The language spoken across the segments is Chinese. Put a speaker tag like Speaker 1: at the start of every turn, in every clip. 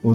Speaker 1: 我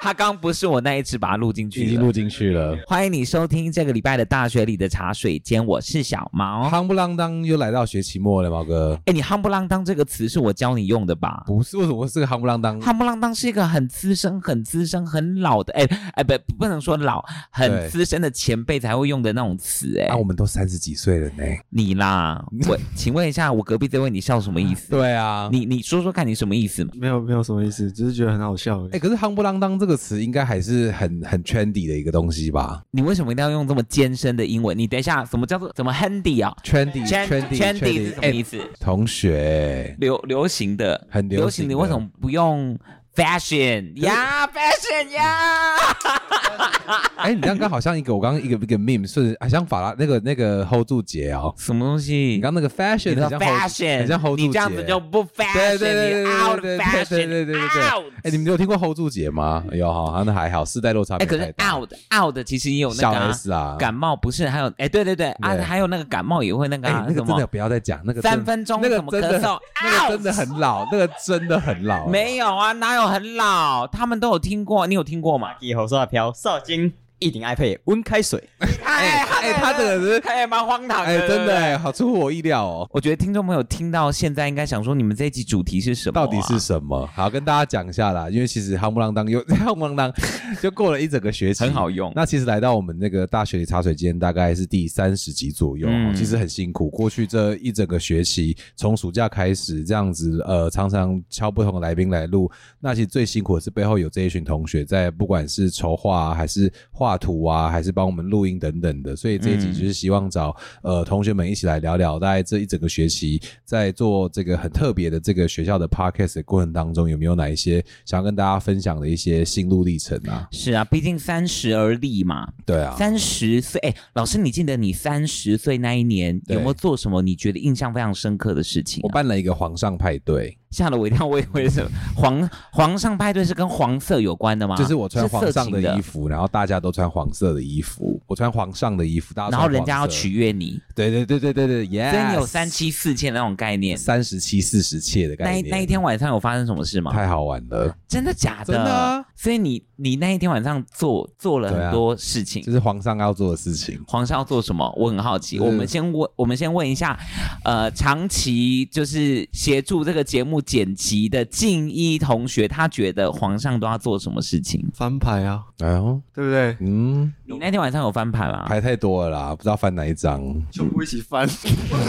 Speaker 2: 他刚不是我那一只把它录进
Speaker 3: 已
Speaker 2: 去
Speaker 3: 经
Speaker 2: 了
Speaker 3: 录。进去了。
Speaker 2: 欢迎你收听这个礼拜的大学里的茶水间，我是小毛。
Speaker 3: 啊夯不啷当又来到学期末了，毛哥。
Speaker 2: 哎，你夯不啷当这个词是我教你用的吧？
Speaker 3: 不是，为什么是个夯不啷当？
Speaker 2: 夯不啷当是一个很资深、很资深、很老的，哎哎不不能说老，
Speaker 3: 对
Speaker 2: 很资深的前辈才会用的那种词。哎
Speaker 3: 啊，，我们都三十几岁了呢。
Speaker 2: 你啦，我请问一下，我隔壁这位你笑什么意思？
Speaker 3: 对啊，
Speaker 2: 你你说说看你什么意思嘛？
Speaker 1: 没有没有什么意思，只是觉得很好笑而已。
Speaker 3: 哎、可是夯不啷当这个词应该还是很很 trendy 的一个东西吧
Speaker 2: 你为什么一定要用这么艰深的英文？你等一下，什么叫做怎么 handy 啊
Speaker 3: ？trendy trendy
Speaker 2: ？trendy 是什么
Speaker 3: 哎
Speaker 2: 意思？
Speaker 3: 同学，
Speaker 2: 流流行的，
Speaker 3: 很流
Speaker 2: 流
Speaker 3: 行的
Speaker 2: 行你为什么不用 fashion 呀？fashion 呀？
Speaker 3: 哎、你这样刚好像一个我刚刚一个一个 meme 是，啊，像法拉那个那个 hold 住姐哦，
Speaker 2: 什么东
Speaker 3: 你
Speaker 2: 西？
Speaker 3: 刚那个 fashion
Speaker 2: 你
Speaker 3: 很
Speaker 2: 的
Speaker 3: 像 hold，很像
Speaker 2: fashion，
Speaker 3: hold 住姐，
Speaker 2: 你这样子就不 fashion，
Speaker 3: 对对对对对
Speaker 2: 你 out
Speaker 3: 对对
Speaker 2: fashion，
Speaker 3: 对对对对对
Speaker 2: out。
Speaker 3: 哎、你们有听过 hold 住姐吗？哎呦，好像还好，世代落差没
Speaker 2: 哎，
Speaker 3: 有
Speaker 2: 可
Speaker 3: 太
Speaker 2: 是
Speaker 3: 大。
Speaker 2: out out 其实也有那
Speaker 3: 小
Speaker 2: 个啊
Speaker 3: S 啊，
Speaker 2: 感冒，不是还有哎，对对对啊
Speaker 3: 对，
Speaker 2: 还有那个感冒也会那个
Speaker 3: 哎、
Speaker 2: 啊
Speaker 3: 那个
Speaker 2: 什
Speaker 3: 真的
Speaker 2: 么
Speaker 3: 不要再讲那个真
Speaker 2: 三分钟
Speaker 3: 那个
Speaker 2: 什么
Speaker 3: 真的
Speaker 2: 咳嗽
Speaker 3: 那个
Speaker 2: out
Speaker 3: 真的很老，那个真的很老，
Speaker 2: 没有啊，哪有很老？他们都有听过，你有听过吗？
Speaker 4: 以后说飘少金一顶 iPad 温开水，
Speaker 2: 哎
Speaker 3: 哎他这个是
Speaker 2: 他也蛮荒唐的，
Speaker 3: 哎、
Speaker 2: 对
Speaker 3: 真的。
Speaker 2: 对对
Speaker 3: 哎、好出乎我意料哦。
Speaker 2: 我觉得听众朋友听到现在，应该想说你们这一集主题是什么啊、
Speaker 3: 到底是什么？好，跟大家讲一下啦，因为其实夯不啷当又 夯不啷当就过了一整个学期，
Speaker 2: 很好用
Speaker 3: 那其实来到我们那个大学里茶水间，大概是第三十集左右，
Speaker 2: 嗯
Speaker 3: 其实很辛苦。过去这一整个学期，从暑假开始这样子，呃，常常敲不同的来宾来录。那其实最辛苦的是背后有这一群同学在，不管是筹划、啊、还是画图啊，还是帮我们录音等等的。所以这一集
Speaker 2: 嗯
Speaker 3: 就是希望找、呃同学们一起来聊聊，大概这一整个学期在做这个很特别的这个学校的 podcast 的过程当中，有没有哪一些想要跟大家分享的一些心路历程啊？
Speaker 2: 是啊，毕竟三十而立嘛，
Speaker 3: 对啊，
Speaker 2: 三十岁，哎，老师，你记得你三十岁那一年
Speaker 3: 对
Speaker 2: 有没有做什么你觉得印象非常深刻的事情、
Speaker 3: 我
Speaker 2: 啊？
Speaker 3: 办了一个皇上派对。
Speaker 2: 吓得我一跳，我以为是 皇皇上派对是跟黄色有关的吗？
Speaker 3: 就是我穿
Speaker 2: 啊是色
Speaker 3: 皇上
Speaker 2: 情
Speaker 3: 的
Speaker 2: 的
Speaker 3: 衣服，然后大家都穿黄色的衣服，我穿皇上的衣服，大家
Speaker 2: 然后人家要取
Speaker 3: 取，
Speaker 2: 悦你，
Speaker 3: 对对对对对对，耶！
Speaker 2: 所以你有三妻四妾那种概念。
Speaker 3: 三十七四十切的
Speaker 2: 那
Speaker 3: 概
Speaker 2: 一
Speaker 3: 念，
Speaker 2: 那一天嗯晚上有发生什么事吗？
Speaker 3: 太好玩了，
Speaker 2: 真的假
Speaker 3: 真
Speaker 2: 的？
Speaker 3: 的啊
Speaker 2: 所以你你那一天晚上做做了
Speaker 3: 对啊
Speaker 2: 很多事情，
Speaker 3: 这是皇上要做的事情。
Speaker 2: 皇上要做什么？我很好奇。
Speaker 3: 是
Speaker 2: 我们先问，我们先问一下，呃，长期就是协助这个节目剪辑的静一同学，他觉得皇上都要做什么事情？
Speaker 1: 翻牌啊，
Speaker 3: 哎呦，
Speaker 1: 对不对？
Speaker 3: 嗯，
Speaker 2: 你那天晚上有翻牌吗？
Speaker 3: 牌太多了啦，不知道翻哪一 张，
Speaker 1: 全部一起翻，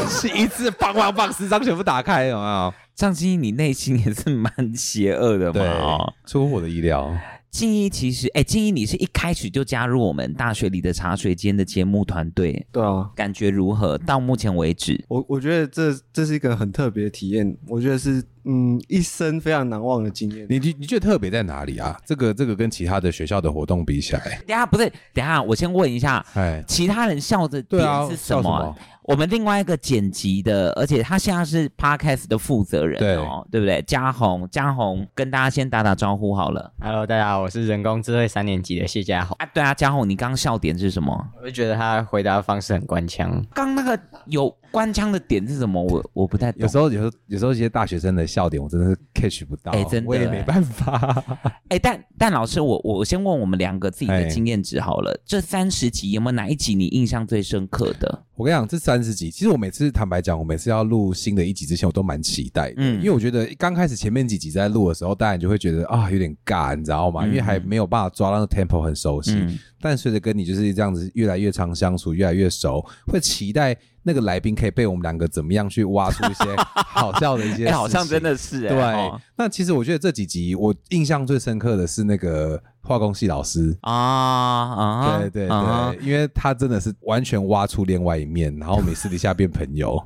Speaker 3: 是一次棒棒棒十张全部打开，有没有？
Speaker 2: 张静一，你内心也是蛮邪恶的嘛？
Speaker 3: 对
Speaker 2: 哦，
Speaker 3: 出乎我的意料。
Speaker 2: 静一其实，哎，静一，你是一开始就加入我们大学里的茶水间的节目团队，
Speaker 1: 对啊。
Speaker 2: 感觉如何？到目前为止，
Speaker 1: 我我觉得这这是一个很特别的体验，我觉得是嗯一生非常难忘的经验。
Speaker 3: 你你你觉得特别在哪里啊？这个这个跟其他的学校的活动比起来，
Speaker 2: 等一下不是，等一下我先问一下，
Speaker 3: 哎，
Speaker 2: 其他人笑的
Speaker 3: 对
Speaker 2: 点
Speaker 3: 啊，
Speaker 2: 是
Speaker 3: 笑
Speaker 2: 什么啊？
Speaker 3: 么？
Speaker 2: 我们另外一个剪辑的，而且他现在是 podcast 的负责人哦，对不对？嘉宏，嘉宏跟大家先打打招呼好了
Speaker 4: Hello，大家好，我是人工智慧三年级的谢家豪。
Speaker 2: 啊。对啊，嘉宏，你刚刚笑点是什么？
Speaker 4: 我就觉得他回答的方式很官腔，
Speaker 2: 刚那个有官腔的点是什么？我我不太
Speaker 3: 有
Speaker 2: 懂
Speaker 3: 时。候，有时候，有时候一些大学生的笑点，我真的是 catch 不到，
Speaker 2: 哎真的
Speaker 3: 我也没办法。
Speaker 2: 哎，但但老师，我我先问我们两个自己
Speaker 3: 哎
Speaker 2: 的经验值好了。这三十集有没有哪一集你印象最深刻的？
Speaker 3: 我跟你讲，这三十集，其实我每次坦白讲，我每次要录新的一集之前，我都蛮期待的，
Speaker 2: 嗯
Speaker 3: 因为我觉得刚开始前面几集在录的时候，大家就会觉得啊有点尬，你知道吗？因为还没有办法抓到那个 tempo 很熟悉，
Speaker 2: 嗯，
Speaker 3: 但随着跟你就是这样子越来越常相处，越来越熟，会期待那个来宾可以被我们两个怎么样去挖出一些 好笑的一些事情，
Speaker 2: 哎，好像真的是哎
Speaker 3: 对，
Speaker 2: 哦
Speaker 3: 那其实我觉得这几集我印象最深刻的是那个化工系老师。
Speaker 2: 啊啊，
Speaker 3: 对对对，
Speaker 2: 啊
Speaker 3: 因为他真的是完全挖出另外一面，然后我们私底下变朋友。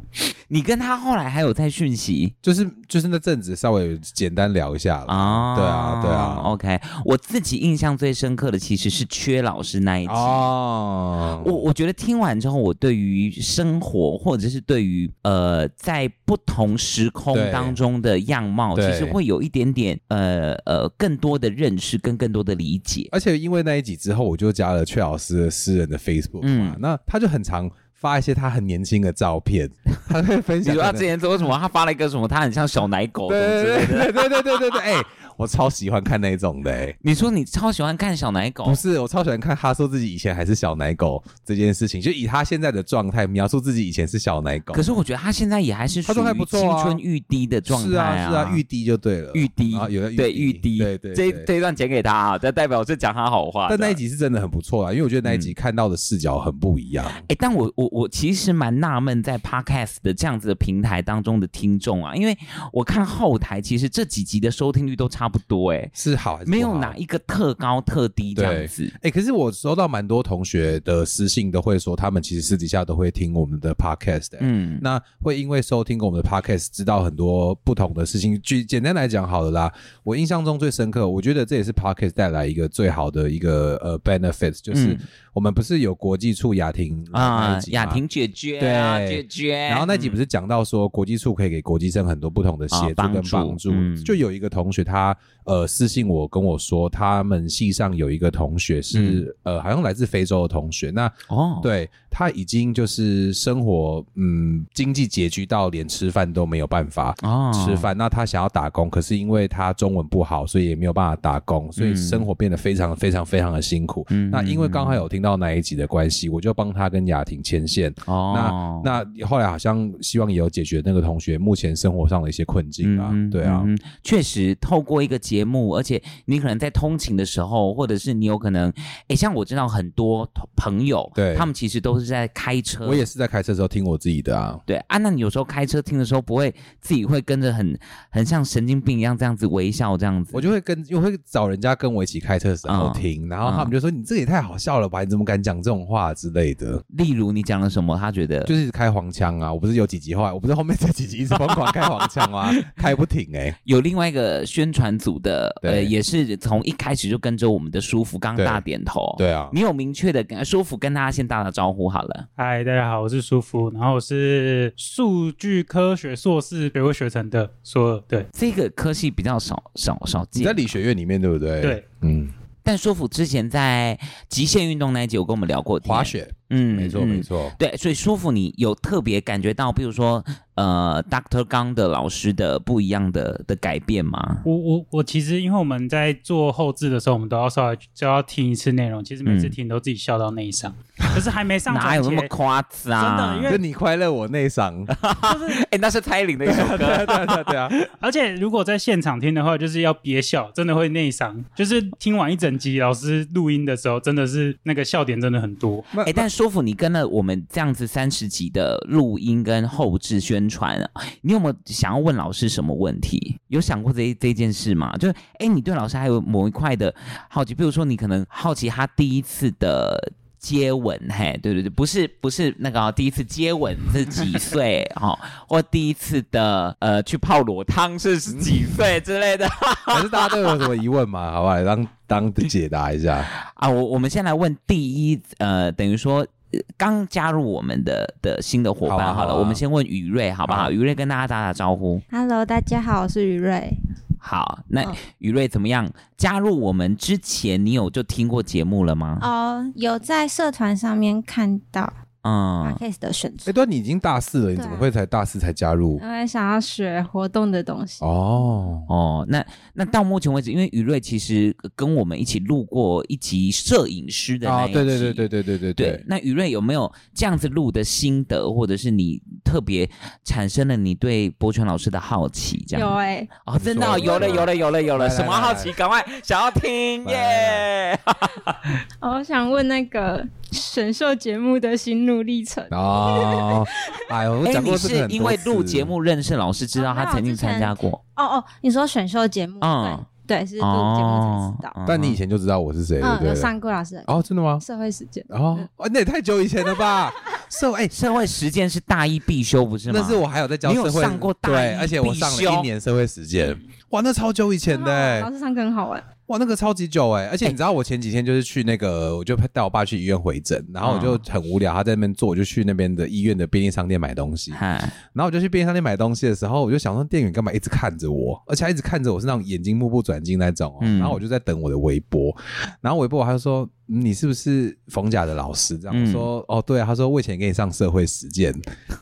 Speaker 2: 你跟他后来还有在讯息
Speaker 3: 就是就是那阵子稍微简单聊一下了。
Speaker 2: 啊、
Speaker 3: 对啊对啊
Speaker 2: OK，我自己印象最深刻的其实是缺老师那一集。
Speaker 3: 哦，
Speaker 2: 我我觉得听完之后，我对于生活或者是对于呃在不同时空
Speaker 3: 对
Speaker 2: 当中的样貌，其
Speaker 3: 对
Speaker 2: 实会有一点点呃呃更多的认识跟更多的理解。
Speaker 3: 而且因为那一集之后，我就加了阙老师的私人的 Facebook 嘛，
Speaker 2: 嗯
Speaker 3: 那他就很常发一些他很年轻的照片，他会分
Speaker 2: 你
Speaker 3: 享
Speaker 2: 说他
Speaker 3: 可能
Speaker 2: 之前做什么？他发了一个什么？他很像小奶狗什么之
Speaker 3: 对
Speaker 2: 类
Speaker 3: 对
Speaker 2: 的。
Speaker 3: 对对对对对对，哎、我超喜欢看那种的、哎，
Speaker 2: 你说你超喜欢看小奶狗
Speaker 3: 不，是，我超喜欢看他说自己以前还是小奶狗这件事情，就以他现在的状态描述自己以前是小奶狗，
Speaker 2: 可是我觉得他现在也还是
Speaker 3: 他
Speaker 2: 属
Speaker 3: 状态
Speaker 2: 于
Speaker 3: 不错
Speaker 2: 青
Speaker 3: 啊
Speaker 2: 春欲滴的状
Speaker 3: 是
Speaker 2: 态
Speaker 3: 啊是啊，玉滴就对了，
Speaker 2: 玉滴
Speaker 3: 啊，有的
Speaker 2: 对玉滴，
Speaker 3: 对对
Speaker 2: 这
Speaker 3: 对
Speaker 2: 这一段剪给他啊，这代表我是讲他好话的。
Speaker 3: 但那一集是真的很不错啊，因为我觉得那一
Speaker 2: 嗯
Speaker 3: 集看到的视角很不一样。
Speaker 2: 哎，但我我我其实蛮纳闷，在 Podcast 的这样子的平台当中的听众啊，因为我看后台其实这几集的收听率都差不多，哎，
Speaker 3: 是好还是不好
Speaker 2: 没有哪一个特高特低这样
Speaker 3: 对
Speaker 2: 子。
Speaker 3: 哎、可是我收到蛮多同学的私信，都会说他们其实私底下都会听我们的 podcast，、嗯，
Speaker 2: 嗯，
Speaker 3: 那会因为收听我们的 podcast 知道很多不同的事情。举简单来讲好了啦，我印象中最深刻，我觉得这也是 podcast 带来一个最好的一个呃 benefit，就是
Speaker 2: 嗯
Speaker 3: 我们不是有国际处雅婷
Speaker 2: 啊
Speaker 3: 那一，集
Speaker 2: 雅
Speaker 3: 吗
Speaker 2: 婷姐姐啊，
Speaker 3: 对
Speaker 2: 姐姐。嗯
Speaker 3: 然后那集不是讲到说，国际处可以给国际生很多不同的协助
Speaker 2: 啊
Speaker 3: 跟
Speaker 2: 帮助
Speaker 3: 帮助
Speaker 2: 嗯。
Speaker 3: 就有一个同学他呃私信我跟我说，他们系上有一个同学是呃好像来自非洲的同学，那
Speaker 2: 嗯哦，
Speaker 3: 对他已经就是生活嗯经济拮据到连吃饭都没有办法。
Speaker 2: 哦，
Speaker 3: 吃饭，那他想要打工，可是因为他中文不好，所以也没有办法打工，所以
Speaker 2: 嗯
Speaker 3: 生活变得非常非常非常的辛苦。
Speaker 2: 嗯
Speaker 3: 那因为刚好有听到那一集的关系，我就帮他跟雅婷牵线，
Speaker 2: 哦，
Speaker 3: 那那后来好像希望也有解决那个同学目前生活上的一些困境啊，
Speaker 2: 嗯哼
Speaker 3: 对啊，
Speaker 2: 嗯哼确实透过一个节目，而且你可能在通勤的时候，或者是你有可能，哎，像我知道很多同朋友，
Speaker 3: 对
Speaker 2: 他们其实都是在开车，
Speaker 3: 我也是在开车的时候听我自己的啊，
Speaker 2: 对啊，那你有时候开车听的时候，不会自己会跟着很很像神经病一样这样子微笑这样子，
Speaker 3: 我就会跟我会找人家跟我一起开车的时候
Speaker 2: 嗯
Speaker 3: 听，然后他们就说、你这也太好笑了吧，你怎么敢讲这种话之类的，
Speaker 2: 例如你讲了什么，他觉得
Speaker 3: 就是开黄腔啊，我不是有几集后来我不是后面这几集一直疯狂开黄腔 啊，开不停哎、
Speaker 2: 有另外一个宣传组的，呃，
Speaker 3: 对
Speaker 2: 也是从一开始就跟着我们的舒服刚
Speaker 3: 对
Speaker 2: 大点头，
Speaker 3: 对啊，
Speaker 2: 哦你有明确的跟舒服跟大家先打打招呼好了。
Speaker 5: 嗨，大家好，我是舒服，然后我是数据科学硕士北欧学成的，说对
Speaker 2: 这个科系比较少少少
Speaker 3: 你
Speaker 2: 见，
Speaker 3: 在理学院里面对不对？
Speaker 5: 对，
Speaker 3: 嗯，
Speaker 2: 但舒服之前在极限运动那一集有跟我们聊过天
Speaker 3: 滑，雪，
Speaker 2: 嗯
Speaker 3: 没错
Speaker 2: 嗯
Speaker 3: 没错，
Speaker 2: 对，所以舒服你有特别感觉到，比如说呃，Dr. 刚的老师的不一样的的改变吗？
Speaker 5: 我我我其实因为我们在做后置的时候，我们都要稍微就要听一次内容，其实每次
Speaker 2: 嗯
Speaker 5: 听都自己笑到内伤，可是还 没上
Speaker 2: 哪有那
Speaker 5: 总
Speaker 2: 么
Speaker 5: 结，
Speaker 2: 夸张？
Speaker 5: 真的因为
Speaker 3: 就你快乐我内伤，
Speaker 2: 哎、那是蔡依林的一首歌。
Speaker 3: 对啊对啊对啊对啊，
Speaker 5: 而且如果在现场听的话，就是要憋笑，真的会内伤，就是听完一整集老师录音的时候，真的是那个笑点真的很多，
Speaker 2: 哎、但舒服，你跟了我们这样子三十集的录音跟后置宣传啊，你有没有想要问老师什么问题？有想过这这件事吗？就是，哎、你对老师还有某一块的好奇，比如说你可能好奇他第一次的接吻，嘿，对对对，不是不是那个哦、第一次接吻是几岁 哦，或第一次的呃去泡裸汤是几岁之类的
Speaker 3: 还是大家都有什么疑问吗？好不好？来当当解答一 下。
Speaker 2: 啊。我我们先来问第一，呃，等于说。呃刚加入我们的的新的伙
Speaker 3: 好
Speaker 2: 伴，
Speaker 3: 啊
Speaker 2: 好了，
Speaker 3: 好啊
Speaker 2: 我们先问雨瑞好不好？
Speaker 3: 好
Speaker 2: 雨瑞跟大家打打招呼。
Speaker 6: Hello，大家好，我是于瑞。
Speaker 2: 好，那
Speaker 6: 嗯
Speaker 2: 雨瑞怎么样？加入我们之前，你有就听过节目了吗？
Speaker 6: 哦、有在社团上面看到
Speaker 2: 嗯，
Speaker 6: podcast 的选
Speaker 3: 哎、
Speaker 6: 择，
Speaker 3: 对啊、你已经大四了，你
Speaker 6: 对啊
Speaker 3: 怎么会才大四才加入？
Speaker 2: 嗯
Speaker 6: 因为想要学活动的东西。
Speaker 3: 哦，
Speaker 2: 哦，那那到目前为止，因为于瑞其实跟我们一起录过一集摄影师的那
Speaker 3: 啊，
Speaker 2: 一集，
Speaker 3: 对对对对对对对
Speaker 2: 对
Speaker 3: 对，
Speaker 2: 那于瑞有没有这样子录的心得，或者是你特别产生了你对博泉老师的好奇？这样
Speaker 6: 有哎、
Speaker 2: 哦，真的哦、
Speaker 3: 你说
Speaker 2: 有了有了有了有了，
Speaker 3: 来来
Speaker 2: 什么
Speaker 3: 来
Speaker 2: 好
Speaker 3: 来
Speaker 2: 奇？赶快想要听
Speaker 3: 来来
Speaker 2: 耶！
Speaker 6: 哦我想问那个选秀节目的心路历程。
Speaker 3: 哦，哎呦，我
Speaker 2: 哎，
Speaker 3: 讲
Speaker 2: 你
Speaker 3: 过这个
Speaker 2: 是
Speaker 3: 很
Speaker 2: 因为录
Speaker 3: 多次
Speaker 2: 节目认识老师，知道
Speaker 6: 哦
Speaker 2: 他
Speaker 6: 没有
Speaker 2: 曾经
Speaker 6: 之前
Speaker 2: 参加过，
Speaker 6: 哦哦，你说选秀节目？
Speaker 2: 嗯
Speaker 6: 对对，是录节目
Speaker 2: 哦
Speaker 6: 才知道。
Speaker 3: 但你以前就知道我是谁，对
Speaker 6: 嗯，
Speaker 3: 不
Speaker 6: 有
Speaker 3: 对？
Speaker 6: 上过老师的
Speaker 3: 哦，真的吗？
Speaker 2: 嗯
Speaker 6: 社会实践。
Speaker 3: 哦，哦，那也太久以前了吧？社会哎，
Speaker 2: 社会实践是大一必修，不是吗？
Speaker 3: 那是我还有在教
Speaker 2: 你有
Speaker 3: 社会，
Speaker 2: 上过大
Speaker 3: 对，
Speaker 2: 一
Speaker 3: 而且我上了
Speaker 2: 必修嗯哦
Speaker 3: 一年社会实践，哇，那超久以前的、
Speaker 6: 很好玩
Speaker 3: 欸
Speaker 6: 哦老，师上课很好玩，
Speaker 3: 哇，那个超级久哎、而且你知道，我前几天就是去那个，我就带我爸去医院回诊，然后我
Speaker 2: 嗯
Speaker 3: 就很无聊，他在那边做，我就去那边的医院的便利商店买东西。
Speaker 2: 嗨，
Speaker 3: 然后我就去便利商店买东西的时候，我就想说店员干嘛一直看着我，而且他一直看着我是那种眼睛目不转睛那种、哦。
Speaker 2: 嗯
Speaker 3: 然后我就在等我的微波，然后微波他就说嗯你是不是冯甲的老师？这样、
Speaker 2: 嗯
Speaker 3: 我说哦对啊，他说我以前给你上社会实 践，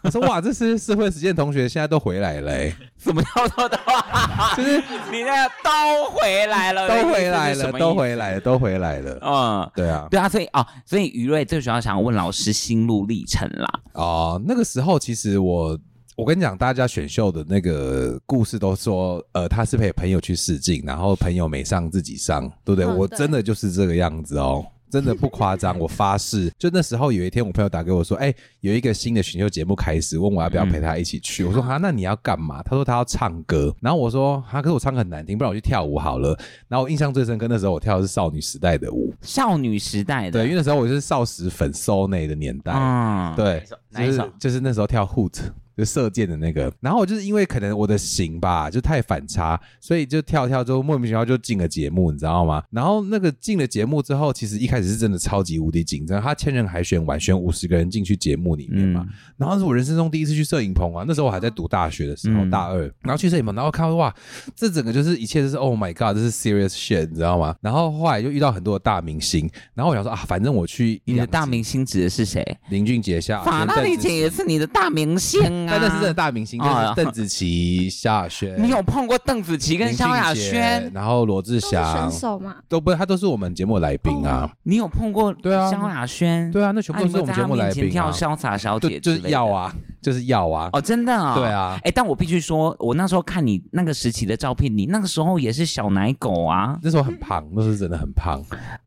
Speaker 3: 我说哇这是社会实践同学现在都回来了、 欸，
Speaker 2: 怎么叫都都， 就是你那个都回来了，
Speaker 3: 都回来
Speaker 2: 这是什
Speaker 3: 了，
Speaker 2: 么呃意思
Speaker 3: 都回来了，都回来了。
Speaker 2: 嗯。
Speaker 3: 对啊，
Speaker 2: 对啊，所以哦，所以于瑞最主要想问老师心路历程啦。
Speaker 3: 哦、那个时候其实我。我跟你讲，大家选秀的那个故事都说，呃，他是陪朋友去试镜，然后朋友没上自己上，对不对？
Speaker 6: 嗯
Speaker 3: 我
Speaker 6: 对
Speaker 3: 真的就是这个样子哦，真的不夸张，我发誓。就那时候有一天，我朋友打给我说，哎、有一个新的选秀节目开始，问我要不要陪他一起去。我说哈，那你要干嘛？他说他要唱歌，然后我说哈，可是我唱歌很难听，不然我去跳舞好了。然后我印象最深刻，那时候我跳的是少女时代的舞，
Speaker 2: 少女时代的，
Speaker 3: 对，因为那时候我就是少时粉 soul 内的年代，
Speaker 2: 嗯，
Speaker 3: 对，
Speaker 2: 哪
Speaker 3: 就
Speaker 2: 一
Speaker 3: 是
Speaker 2: 首
Speaker 3: 就是那时候跳 hoot，就射箭的那个。然后我就是因为可能我的型吧，就太反差，所以就跳跳之后莫名其妙就进了节目，你知道吗？然后那个进了节目之后，其实一开始是真的超级无敌紧张。他千人海选完，选五十个人进去节目里面嘛。
Speaker 2: 嗯
Speaker 3: 然后是我人生中第一次去摄影棚啊，那时候我还在读大学的时候，
Speaker 2: 嗯
Speaker 3: 大二，然后去摄影棚，然后看到哇，这整个就是一切就是 Oh my God，这是 serious shit，你知道吗？然后后来就遇到很多的大明星，然后我想说啊，反正我去一
Speaker 2: 你的
Speaker 3: 两
Speaker 2: 大
Speaker 3: 集
Speaker 2: 明星指的是谁？
Speaker 3: 林俊杰下，
Speaker 2: 法拉利
Speaker 3: 邓紫
Speaker 2: 姐也是你的大明星啊！
Speaker 3: 但那是真的大明星，就
Speaker 2: 哎呀
Speaker 3: 是邓紫棋、萧亚轩，
Speaker 2: 你有碰过邓紫棋跟
Speaker 3: 林俊杰
Speaker 2: 萧亚轩？
Speaker 3: 然后罗志
Speaker 6: 都是
Speaker 3: 祥
Speaker 6: 选，手嘛，
Speaker 3: 都不，他都是我们节目的来宾啊，
Speaker 2: 你有碰过
Speaker 3: 对啊
Speaker 2: 萧亚轩？
Speaker 3: 对啊，那全部
Speaker 2: 啊
Speaker 3: 都
Speaker 2: 你
Speaker 3: 是我
Speaker 2: 们
Speaker 3: 们节
Speaker 2: 在她
Speaker 3: 目来
Speaker 2: 面前
Speaker 3: 宾
Speaker 2: 跳
Speaker 3: 啊，
Speaker 2: 潇洒小
Speaker 3: 对，
Speaker 2: 姐
Speaker 3: 就
Speaker 2: 之
Speaker 3: 是
Speaker 2: 类的
Speaker 3: 要啊，就是要啊，
Speaker 2: 哦，真的啊、
Speaker 3: 对啊
Speaker 2: 哎、但我必须说，我那时候看你那个时期的照片，你那个时候也是小奶狗啊，
Speaker 3: 那时候很胖，那时候真的很胖，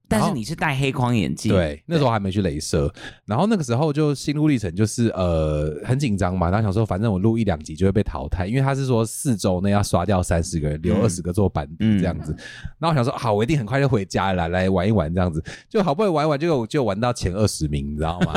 Speaker 2: 但是你是戴黑框眼镜，，
Speaker 3: 对，那时候还没去镭射，然后那个时候就心路历程就是呃很紧张嘛，然后想说反正我录一两集就会被淘汰，因为他是说四周内要刷掉三十个人，留
Speaker 2: 嗯
Speaker 3: 二十个做班底
Speaker 2: 嗯
Speaker 3: 这样子。然后我想说好，我一定很快就回家了，来玩一玩这样子，就好不容易玩一玩，就有就玩到前二十名，你知道 吗？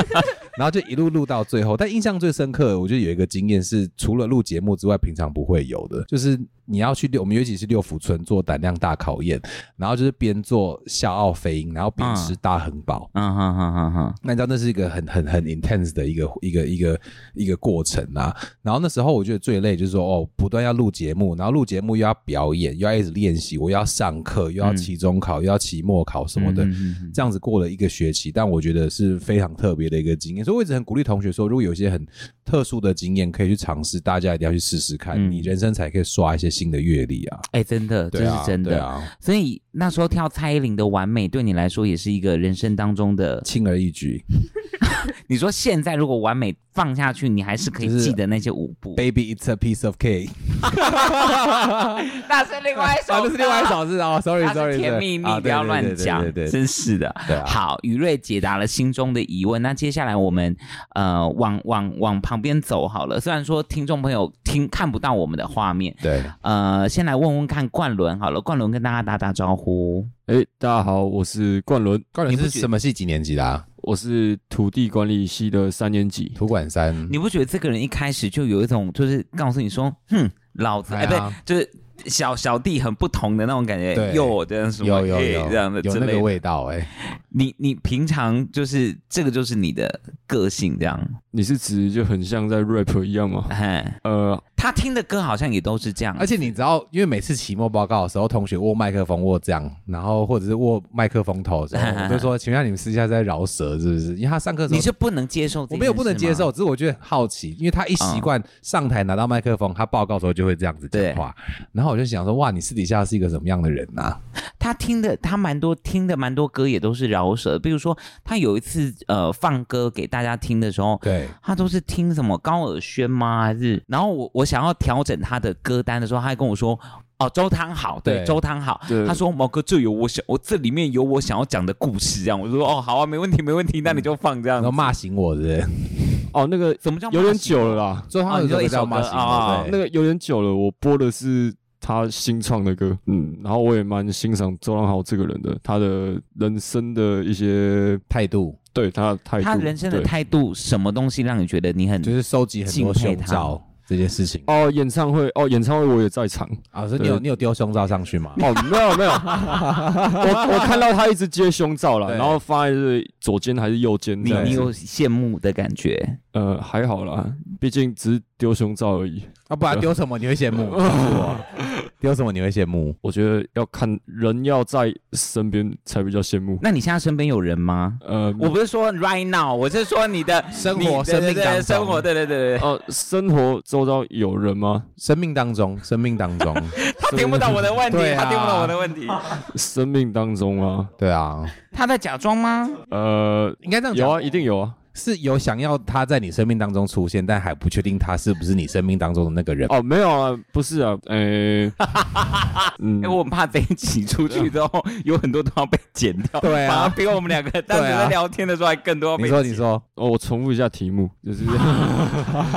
Speaker 3: 然后就一路录到最后，但印象最深刻，我觉得有一个经验是，除了录节目之外，平常不会有的，就是你要去六，我们尤其是六福村做胆量大考验，然后就是边做笑傲飞鹰，然后边
Speaker 2: 嗯
Speaker 3: 吃大亨堡，
Speaker 2: 嗯哼哼哼哼，
Speaker 3: 那你知道那是一个很很很 intense 的一个一个一个一个过程啊。然后那时候我觉得最累就是说，哦，不断要录节目，然后录节目又要表演，又要一直练习，我又要上课，又要期中考，又要期末考什么的。
Speaker 2: 嗯哼哼
Speaker 3: 这样子过了一个学期，但我觉得是非常特别的一个经验，所以我一直很鼓励同学说，如果有一些很特殊的经验可以去尝试，大家一定要去试试看，
Speaker 2: 嗯
Speaker 3: 你人生才可以刷一些新的阅历啊。
Speaker 2: 哎、真的，这
Speaker 3: 对啊，
Speaker 2: 是真
Speaker 3: 对
Speaker 2: 的。
Speaker 3: 啊，
Speaker 2: 所以那时候跳蔡依林的《完美》，对你来说也是一个人生当中的。
Speaker 3: 轻而易举。
Speaker 2: 你说现在如果《完美》放下去，你还是可以
Speaker 3: 就是
Speaker 2: 记得那些舞步。
Speaker 3: Baby, it's a piece of cake。
Speaker 2: 那是另外一首歌，
Speaker 3: 啊，那是另 外一首是哦，sorry
Speaker 2: 它
Speaker 3: sorry，啊
Speaker 2: 是甜蜜蜜，不要乱讲，
Speaker 3: 对对对，
Speaker 2: 真是的。
Speaker 3: 对啊
Speaker 2: 好，于瑞解答了心中的疑问。那接下来我们呃，往往往旁边走好了。虽然说听众朋友听看不到我们的画面，
Speaker 3: 对，
Speaker 2: 呃，先来问问看冠伦好了，冠伦跟大家打打招呼。
Speaker 7: 哎，大家好，我是冠伦，
Speaker 3: 高
Speaker 7: 你
Speaker 3: 人
Speaker 7: 不
Speaker 3: 是
Speaker 7: 觉
Speaker 3: 什么系几年级的啊？
Speaker 7: 我是土地管理系的三年级。
Speaker 3: 土管三
Speaker 2: 你。不觉得这个人一开始就有一种就是告诉你说，哼，老子哎，不
Speaker 3: 对
Speaker 2: 对
Speaker 3: 啊，
Speaker 2: 就是小小弟很不同的那种感觉，
Speaker 3: 对
Speaker 2: 哟，这样什么
Speaker 3: 有有
Speaker 2: 嘿
Speaker 3: 有
Speaker 2: 这样的
Speaker 3: 有
Speaker 2: 之
Speaker 3: 那
Speaker 2: 类
Speaker 3: 个
Speaker 2: 的。
Speaker 3: 味道哎，
Speaker 2: 你你平常就是这个就是你的个性这样，
Speaker 7: 你是指就很像在 rap 一样 吗？
Speaker 2: 哎。
Speaker 7: 呃，
Speaker 2: 他听的歌好像也都是这样，
Speaker 3: 而且你知道，因为每次期末报告的时候，同学握麦克风握这样，然后或者是握麦克风头的时候，我就 说：“请问一下你们私下在饶舌是不是？”因为他上课的时候
Speaker 2: 你是不能接受这件
Speaker 3: 我
Speaker 2: 事吗，嗯
Speaker 3: 没有不能接受，只是我觉得很好奇，因为他一习惯上台拿到麦克风，他报告的时候就会这样子讲话，然后我就想说：“哇，你私底下是一个什么样的人啊呐
Speaker 2: 他听的，他蛮多听的蛮多歌也都是饶舌，比如说他有一次呃放歌给大家听的时候？”。
Speaker 3: 对，
Speaker 2: 他都是听什么高尔宣吗？还是然后我我想要调整他的歌单的时候，他还跟我说：“哦，周汤好，对，
Speaker 3: 对
Speaker 2: 周汤好。”
Speaker 7: 对
Speaker 2: 他说：“毛哥，这有我想，我这里面有我想要讲的故事。”这样我就说：“哦，好啊，没问题，没问题，那你就放这样
Speaker 3: 然
Speaker 2: 子。
Speaker 3: 后骂醒我的，
Speaker 7: 哦，那个
Speaker 2: 什么叫骂
Speaker 7: 有点
Speaker 2: 醒
Speaker 7: 久了啦，
Speaker 3: 最后他
Speaker 2: 哦
Speaker 3: 有
Speaker 2: 你说
Speaker 3: 首
Speaker 2: 一
Speaker 3: 歌
Speaker 2: 首
Speaker 3: 叫骂
Speaker 2: 歌
Speaker 3: 醒
Speaker 2: 哦
Speaker 3: 我，对
Speaker 7: 那个有点久了。我播的是他新创的歌，嗯，然后我也蛮欣赏周浪豪这个人的，他的人生的一些
Speaker 3: 态度
Speaker 7: 对他的态度，
Speaker 2: 他人生的
Speaker 7: 对
Speaker 2: 态度，什么东西让你觉得你很
Speaker 3: 就是收集很多
Speaker 2: 敬
Speaker 3: 胸
Speaker 2: 佩他
Speaker 3: 罩这件事情
Speaker 7: 哦，演唱会哦，演唱会我也在场，
Speaker 3: 啊，所以你有
Speaker 7: 对
Speaker 3: 你有丢胸罩上 去吗？
Speaker 7: 哦，没有没 有，我我看到他一直接胸罩了，
Speaker 3: 对
Speaker 7: 然后放在这左肩还是右肩
Speaker 2: 你
Speaker 7: 这样
Speaker 2: 你
Speaker 7: 子，
Speaker 2: 有羡慕的感觉？
Speaker 7: 呃，还好啦，毕竟只是丢胸罩而已。
Speaker 3: 啊，不然丢什么你会羡 慕？告诉我 丢什么你会羡慕？
Speaker 7: 我觉得要看人要在身边才比较羡慕。
Speaker 2: 那你现在身边有人吗？
Speaker 7: 呃，
Speaker 2: 我不是说 right now，我是说你的
Speaker 3: 嗯生
Speaker 2: 你
Speaker 3: 活、
Speaker 2: 对
Speaker 3: 生
Speaker 2: 对
Speaker 3: 命
Speaker 2: 对
Speaker 3: 当中、哦
Speaker 2: 生活，对对对对对，
Speaker 7: 呃，生活周遭有人吗？
Speaker 3: 生命当中、生命当 中，
Speaker 2: 他听不懂我的问题
Speaker 3: 对，啊
Speaker 2: 他听不懂我的问题，
Speaker 7: 生命当中啊，
Speaker 3: 对啊，
Speaker 2: 他在假装吗？
Speaker 3: 嗯
Speaker 7: 呃，
Speaker 3: 应该这样讲
Speaker 7: 有啊，一定有啊。
Speaker 3: 是有想要他在你生命当中出现，但还不确定他是不是你生命当中的那个人。
Speaker 7: 哦，没有啊，不是啊，呃， 嗯
Speaker 2: 哎，，我很怕这一集出去之后，有很多都要被剪掉，
Speaker 3: 嗯对啊
Speaker 2: 反而比我们两个当时
Speaker 3: 对啊
Speaker 2: 在聊天的时候还更多要被
Speaker 3: 你
Speaker 2: 剪。
Speaker 3: 说，你说，
Speaker 7: 哦，我重复一下题目，就是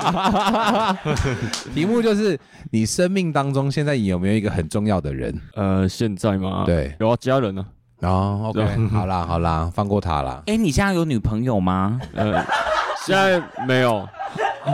Speaker 3: 题目就是你生命当中现在有没有一个很重要的人？
Speaker 7: 呃，现在嘛，
Speaker 3: 对
Speaker 7: 有啊，家人啊，
Speaker 3: 哦，OK，好啦，好啦，放过他啦。
Speaker 2: 哎，你现在有女朋友吗？
Speaker 7: 呃， 现在没有，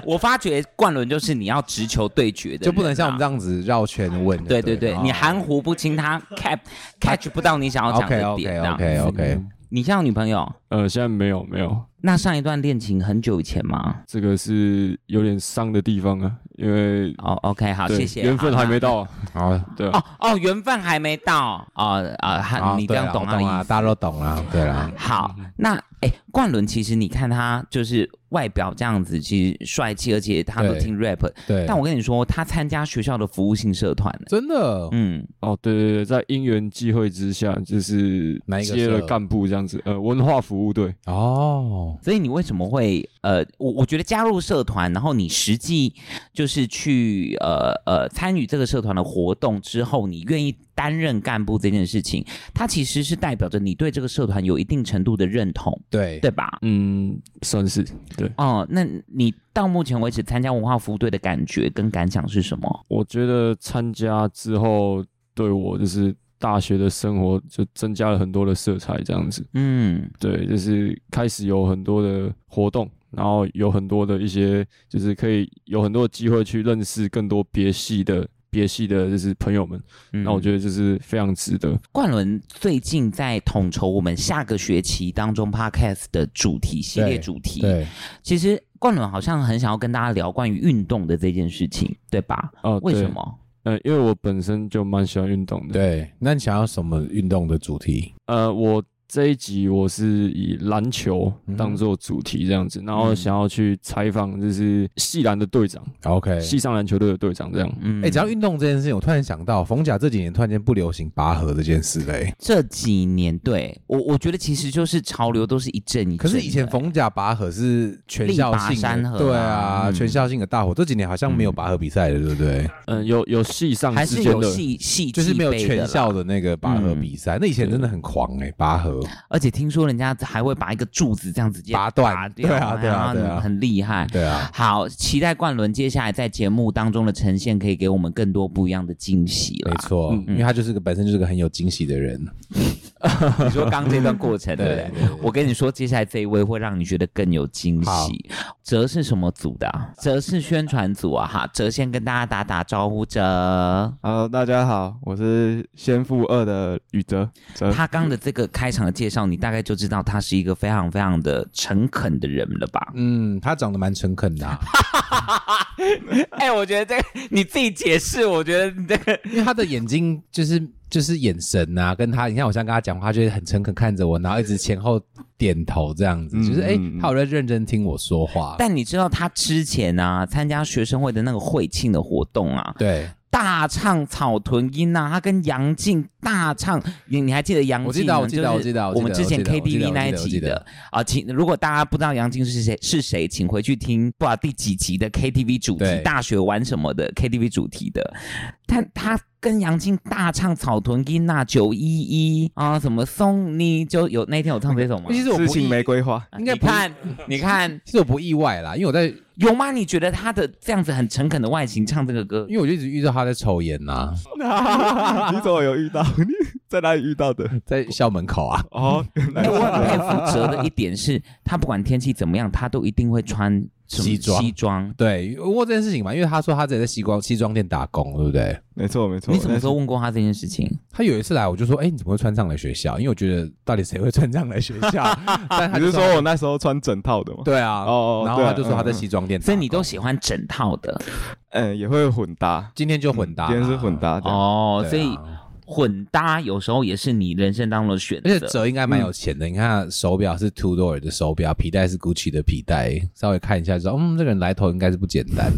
Speaker 2: 我发觉冠伦就是你要直球对决的人啊，
Speaker 3: 就不能像我们这样子绕圈问。哦
Speaker 2: 对对对，你含
Speaker 3: 含
Speaker 2: 糊不清，他 catch catch 不到你想要讲
Speaker 3: OK
Speaker 2: 的点。啊嗯
Speaker 3: OK
Speaker 2: 这样
Speaker 3: OK OK，
Speaker 2: 你像女朋友，
Speaker 7: 呃，现在没有没有，
Speaker 2: 那上一段恋情很久以前吗？
Speaker 7: 这个是有点伤的地方啊，因为
Speaker 2: 哦、o k 好，
Speaker 7: 对
Speaker 2: 谢谢。
Speaker 7: 缘分还没
Speaker 2: 好
Speaker 7: 到啊，
Speaker 3: 好
Speaker 7: 对啊
Speaker 2: 哦哦，缘分还没到哦啊，
Speaker 3: 好
Speaker 2: 还你这
Speaker 3: 对
Speaker 2: 样
Speaker 3: 啦
Speaker 2: 懂
Speaker 3: 我
Speaker 2: 他的
Speaker 3: 懂
Speaker 2: 意
Speaker 3: 啦，
Speaker 2: 思。嗯
Speaker 3: 大家都懂啦，对啊啦。
Speaker 2: 好，那哎，冠伦其实你看他就是外表这样子，其实帅气，而且他都
Speaker 3: 对
Speaker 2: 听 rap。
Speaker 3: 对，
Speaker 2: 但我跟你说，他参加学校的服务性社团，
Speaker 3: 真的，
Speaker 2: 嗯，
Speaker 7: 哦，对对对，在因缘际会之下，就是
Speaker 3: 哪一个
Speaker 7: 接了
Speaker 3: 社
Speaker 7: 干部这样子，呃，文化服务队，
Speaker 3: 哦，
Speaker 2: 所以你为什么会呃，我我觉得加入社团，然后你实际就是去呃呃参与这个社团的活动之后，你愿意担任干部这件事情，它其实是代表着你对这个社团有一定程度的认同，
Speaker 3: 对，
Speaker 2: 对吧？
Speaker 7: 嗯，算是对。
Speaker 2: 哦，那你到目前为止参加文化服务队的感觉跟感想是什么？
Speaker 7: 我觉得参加之后，对我就是大学的生活就增加了很多的色彩，这样子。
Speaker 2: 嗯，
Speaker 7: 对，就是开始有很多的活动，然后有很多的一些，就是可以有很多的机会去认识更多别系的。别系的就是朋友们，那我觉
Speaker 2: 得
Speaker 7: 得就是非常值得。
Speaker 2: 嗯冠伦最近在统筹我们下个学期当中 podcast 的主题系列
Speaker 3: 对
Speaker 2: 主题，
Speaker 3: 对，
Speaker 2: 其实冠伦好像很想要跟大家聊关于运动的这件事情，对吧？
Speaker 7: 哦，
Speaker 2: 为
Speaker 7: 对
Speaker 2: 什？么？
Speaker 7: 呃，因为我本身就蛮喜欢运动的。，
Speaker 3: 对。那你想要什么运动的主题？
Speaker 7: 呃，我这一集我是以篮球
Speaker 3: 嗯
Speaker 7: 当做主题这样子，然后
Speaker 8: 嗯
Speaker 7: 想要去采访就是系篮的队长，
Speaker 3: OK，
Speaker 7: 系上篮球队的队长这样。
Speaker 2: 嗯
Speaker 3: 哎、欸，讲到运动这件事情，我突然想到，冯甲这几年突然间不流行拔河这件事嘞、
Speaker 2: 这几年，对我我觉得其实就是潮流都是一阵一阵的。
Speaker 3: 可是以前冯甲拔河是全校
Speaker 2: 力拔
Speaker 3: 性
Speaker 2: 山
Speaker 3: 的，
Speaker 2: 河啊
Speaker 3: 对啊，
Speaker 2: 嗯
Speaker 3: 全校性的大火。这几年好像没有拔河比赛了，对不对？
Speaker 7: 嗯，有有系上
Speaker 2: 还
Speaker 7: 之
Speaker 2: 是
Speaker 7: 间
Speaker 2: 有
Speaker 7: 的，
Speaker 2: 戏戏
Speaker 3: 就是没有
Speaker 2: 剧杯的
Speaker 3: 全
Speaker 2: 啦嗯
Speaker 3: 校，的那个拔河比赛。那以前真的很狂哎、拔河
Speaker 2: 而且听说人家还会把一个柱子这样子直接
Speaker 3: 拔断
Speaker 2: 掉
Speaker 3: 对啊对啊
Speaker 2: 然后
Speaker 3: 对啊
Speaker 2: 很厉害。
Speaker 3: 对啊，
Speaker 2: 好，期待冠伦接下来在节目当中的呈现，可以给我们更多不一样的惊喜
Speaker 3: 没
Speaker 2: 啦。
Speaker 3: 错，因为他就是个本身就是个很有惊喜的人。
Speaker 2: 你说刚这段 过程，对不对
Speaker 3: 对？对对
Speaker 2: 我跟你说，接下来这一位会让你觉得更有惊
Speaker 3: 好
Speaker 2: 喜。哲是什么组的、啊？哲是宣传组啊，哈。哲先跟大家打打招呼，
Speaker 3: 呃
Speaker 2: 哲。
Speaker 8: Hello，大家好，我是先富二的宇哲。哲
Speaker 2: 他刚的这个开场的介绍，你大概就知道他是一个非常非常的诚恳的人了吧？
Speaker 3: 嗯，他长得蛮诚恳的啊、
Speaker 2: 哎、我觉得这个你自己解释，我觉得你这个
Speaker 3: 因为他的眼睛就是就是眼神啊，跟他，你看我像跟他讲话，就是很诚恳看着我，然后一直前后点头这样子，
Speaker 2: 嗯
Speaker 3: 就是哎、诶他有在认真听我说话。
Speaker 2: 但你知道他之前啊，参加学生会的那个会庆的活动啊，
Speaker 3: 对，
Speaker 2: 大唱草屯音呐、啊，他跟杨静大唱，你你还记得杨静吗？
Speaker 3: 我记得我记得
Speaker 2: 嗯就是
Speaker 3: 我记得我记得
Speaker 2: 我们之前
Speaker 3: 我记得我记得
Speaker 2: KTV 那一
Speaker 3: 我
Speaker 2: 集
Speaker 3: 记得
Speaker 2: 的啊，请如果大家不知道杨静是谁是谁，请回去听不知道第几集的 KTV 主题
Speaker 3: 对
Speaker 2: 大学玩什么的 KTV 主题的，但他跟杨静大唱草屯音娜九一一啊，什么送你就有那天有唱这首吗？啊
Speaker 3: 其实我
Speaker 8: 痴
Speaker 3: 不
Speaker 8: 情
Speaker 3: 意，
Speaker 8: 玫瑰花，
Speaker 3: 应该
Speaker 2: 你
Speaker 3: 不
Speaker 2: 看，你看
Speaker 3: 其实我不意外啦，因为我在，
Speaker 2: 有吗？你觉得他的这样子很诚恳的外形唱这个歌
Speaker 3: 因，为我就一直遇到他在抽烟啊呐、
Speaker 8: 你怎么有遇到？ 你在哪里遇到的？
Speaker 3: 在校门口啊，
Speaker 8: 哦，原 来
Speaker 2: 哎我很佩服哲的一点是，他不管天气怎么样，他都一定会穿什么
Speaker 3: 西装
Speaker 2: 西装。
Speaker 3: 对，问过这件事情嘛，因为他说他自己在西装西装店打工，对不对？
Speaker 8: 没错没错。
Speaker 2: 你什么时候问过他这件事情？
Speaker 3: 他有一次来，我就说，哎、你怎么会穿上来学校？因为我觉得到底谁会穿上来学校？ 但他
Speaker 8: 你
Speaker 3: 就是
Speaker 8: 说我那时候穿整套的吗？，
Speaker 3: 对啊，
Speaker 8: 哦哦
Speaker 3: 然后
Speaker 8: 对啊
Speaker 3: 他就说他在西装店打工，
Speaker 2: 所以你都喜欢整套的
Speaker 8: 嗯，也会混搭，
Speaker 3: 今天就混搭啦，
Speaker 8: 嗯今天是混搭的。
Speaker 2: 哦
Speaker 3: 对，啊
Speaker 2: 所以混搭有时候也是你人生当中的选
Speaker 3: 而且
Speaker 2: 择。
Speaker 3: 哲应该蛮有钱的，你看手表是 Two Door 的手表，皮带是 Gucci 的皮带，稍微看一下就知道，嗯，这个人来头应该是不简单。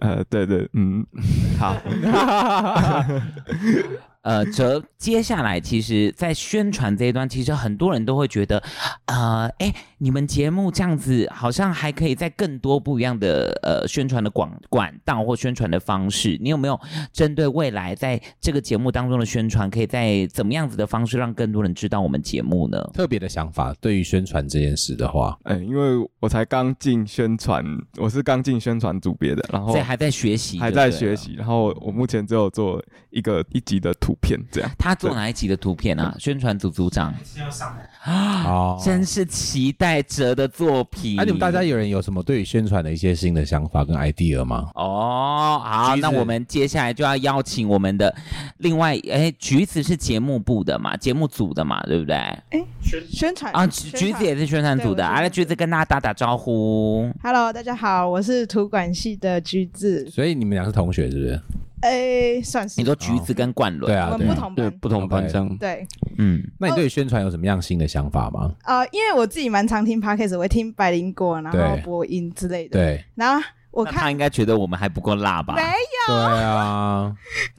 Speaker 8: 呃，对对，嗯，好，
Speaker 2: 呃，哲，接下来其实，在宣传这一端，其实很多人都会觉得，呃，哎，你们节目这样子，好像还可以在更多不一样的呃宣传的广管道或宣传的方式。你有没有针对未来在这个节目当中的宣传，可以在怎么样子的方式让更多人知道我们节目呢？
Speaker 3: 特别的想法，对于宣传这件事的话，
Speaker 8: 哎，因为我才刚进宣传，我是刚进宣传组别的，然后
Speaker 2: 所以还在学习，
Speaker 8: 还
Speaker 2: 对不
Speaker 8: 在
Speaker 2: 对
Speaker 8: 学。习，然后我目前只有做一个一集的图片这样。
Speaker 2: 他做哪一集的图片啊？宣传组组长，
Speaker 3: 哦
Speaker 2: 啊真是期待哲的作品。
Speaker 3: 哎、你们大家有人有什么对于宣传的一些新的想法跟 idea 吗？
Speaker 2: 哦，好，
Speaker 3: 橘子
Speaker 2: 那我们接下来就要邀请我们的另外，哎，橘子是节目部的嘛，节目组的嘛，对不对？
Speaker 9: 呃宣传
Speaker 2: 啊，橘橘子也是宣传组的，
Speaker 9: 对我是
Speaker 2: 啊，那橘子跟大家打打招呼。
Speaker 9: Hello，大家好，我是图管系的橘子，
Speaker 3: 所以你们俩是同学是不是？
Speaker 9: 哎，算是
Speaker 2: 你
Speaker 3: 哦
Speaker 2: 说橘子跟冠伦，
Speaker 3: 对
Speaker 9: 我
Speaker 3: 啊，
Speaker 9: 们
Speaker 3: 对
Speaker 9: 不
Speaker 3: 啊。
Speaker 9: 同
Speaker 7: 对，
Speaker 9: 班，
Speaker 7: 不同班
Speaker 3: OK
Speaker 7: 这样。
Speaker 9: 对，
Speaker 2: 嗯，
Speaker 3: 那你对于宣传有什么样新的想法吗？
Speaker 9: 呃，因为我自己蛮常听 Podcast，我会听百灵果，然后
Speaker 3: 对
Speaker 9: 播音之类的，，
Speaker 3: 对
Speaker 9: 然后我
Speaker 2: 那他
Speaker 9: 看
Speaker 2: 应该觉得我们还不够辣吧
Speaker 9: 没？
Speaker 3: 对啊，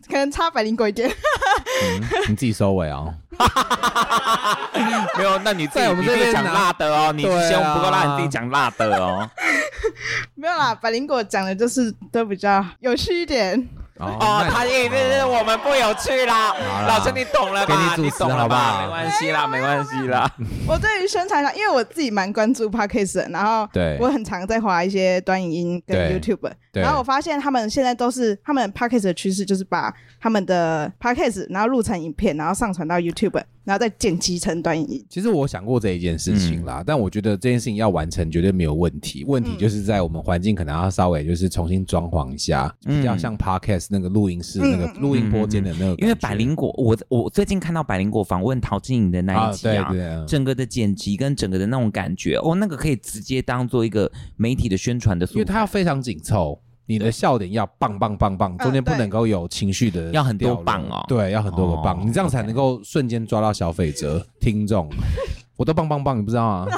Speaker 9: 可能差百灵果一点，
Speaker 3: 你自己收尾哦。
Speaker 2: 没有，那你自己
Speaker 3: 在我们
Speaker 2: 你自己
Speaker 3: 这边
Speaker 2: 讲
Speaker 3: 拿啊
Speaker 2: 辣的哦，你
Speaker 3: 对啊
Speaker 2: 嫌我们不够辣，你自己讲辣的哦。
Speaker 9: 没有啦，百灵果讲的就是都比较有趣一点，
Speaker 2: 哦
Speaker 3: 哦，
Speaker 2: 他也是我们不有趣啦
Speaker 3: 好，啦
Speaker 2: 老师你懂了吧？
Speaker 3: 给你主持
Speaker 2: 懂了
Speaker 3: 好不
Speaker 2: 吧？
Speaker 3: 好
Speaker 2: 没关系啦，没关系啦。
Speaker 9: 我对于宣传上，因为我自己蛮关注 podcast，的然后
Speaker 3: 对
Speaker 9: 我很常在划一些短影音跟
Speaker 3: 对
Speaker 9: YouTube，
Speaker 3: 对
Speaker 9: 然后我发现他们现在都是他们 podcast 的趋势，就是把他们的 podcast 然后录成影片，然后上传到 YouTube，然后再剪辑成短影音。
Speaker 3: 其实我想过这一件事情
Speaker 9: 嗯
Speaker 3: 啦，但我觉得这件事情要完成绝对没有问题。问题就是在我们环境可能要稍微就是重新装潢一下，
Speaker 2: 嗯
Speaker 3: 比较像 podcast 那个录音室、那
Speaker 9: 嗯
Speaker 3: 个
Speaker 9: 嗯
Speaker 3: 录音播间的那个感觉，
Speaker 2: 因为百灵果，我我最近看到百灵果访问陶晶莹的那
Speaker 3: 啊，
Speaker 2: 一集
Speaker 3: 对
Speaker 2: 啊，
Speaker 3: 对啊，
Speaker 2: 整个的剪辑跟整个的那种感觉，哦，那个可以直接当做一个媒体的宣传的素
Speaker 3: 因为它要非常紧凑，你的笑点要棒棒棒棒，中间不
Speaker 9: 嗯对
Speaker 3: 能够有情绪的掉落，
Speaker 2: 要很多棒哦
Speaker 3: 对，要很多个
Speaker 2: 哦
Speaker 3: 棒，你这样才能够瞬间抓到消费者、听众。 我都棒棒棒，你不知道 吗？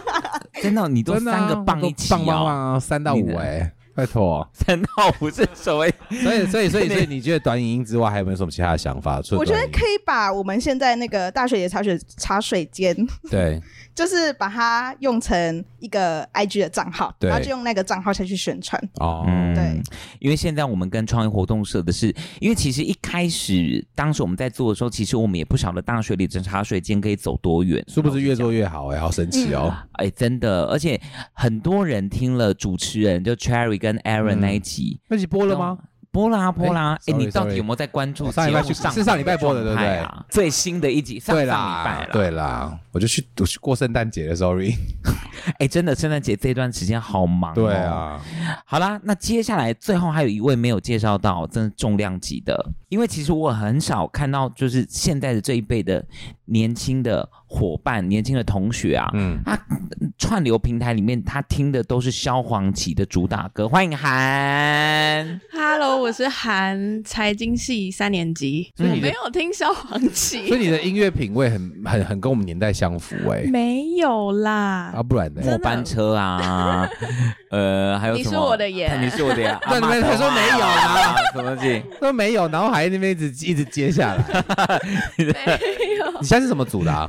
Speaker 2: 真的，你都
Speaker 3: 真的啊
Speaker 2: 三个棒
Speaker 3: 我都
Speaker 2: 一起、哦、
Speaker 3: 棒棒棒啊，三到
Speaker 2: 你
Speaker 3: 五
Speaker 2: 的
Speaker 3: 哎，拜托。
Speaker 2: 三到五是所谓
Speaker 3: 所以，所以，所以，所 以，你觉得短影音之外还有没有什么其他的想法？除了
Speaker 9: 我觉得
Speaker 3: 短影音
Speaker 9: 可以把我们现在那个大学里的茶水茶水间，
Speaker 3: 对
Speaker 9: 就是把它用成一个 IG 的账号，
Speaker 3: 对
Speaker 9: 然后就用那个账号下去宣传。
Speaker 3: 哦，
Speaker 2: 嗯，
Speaker 9: 对，
Speaker 2: 因为现在我们跟创意活动社的是，因为其实一开始当时我们在做的时候，其实我们也不晓得大学里的茶水间可以走多远，
Speaker 3: 是不是越做越好哎，好神奇哦！
Speaker 2: 哎，真的，而且很多人听了主持人就 Cherry 跟 Aaron 那一集，
Speaker 3: 那集播了吗？
Speaker 2: 啊播啦播啦，哎、
Speaker 3: 哎，sorry，
Speaker 2: 你到底
Speaker 3: sorry
Speaker 2: 有没有在关注
Speaker 3: 我上礼拜
Speaker 2: 节目
Speaker 3: 去
Speaker 2: 上
Speaker 3: 是上礼拜播的
Speaker 2: 状态啊最新的一集上上
Speaker 3: 对
Speaker 2: 礼
Speaker 3: 啦
Speaker 2: 拜，了。
Speaker 3: 对啦，我就去我去过圣诞节了，sorry。
Speaker 2: 哎，真的圣诞节这段时间好忙、哦。
Speaker 3: 对，啊，
Speaker 2: 好啦，那接下来最后还有一位没有介绍到，真的重量级的，因为其实我很少看到，就是现在的这一辈的年轻的伙伴、年轻的同学啊，
Speaker 3: 嗯，
Speaker 2: 他串流平台里面他听的都是萧煌奇的主打歌，欢迎韩。
Speaker 10: Hello，我是韩财经系三年级，
Speaker 3: 所以
Speaker 10: 我
Speaker 3: 你的
Speaker 10: 没有听萧煌
Speaker 3: 所以
Speaker 10: 奇，
Speaker 3: 你的音乐品味很很很跟我们年代相符哎、
Speaker 10: 没有啦。
Speaker 3: 啊，不然呢？
Speaker 2: 末班车啊，呃，还有
Speaker 10: 你
Speaker 2: 什么？
Speaker 10: 是我的眼
Speaker 2: 你是我的眼。
Speaker 3: 那你们还说没有
Speaker 2: 啊？什 么东西？
Speaker 3: 都没有，然后还那边一直一直接下来。
Speaker 10: 没有，
Speaker 3: 你现在是什么组的、啊？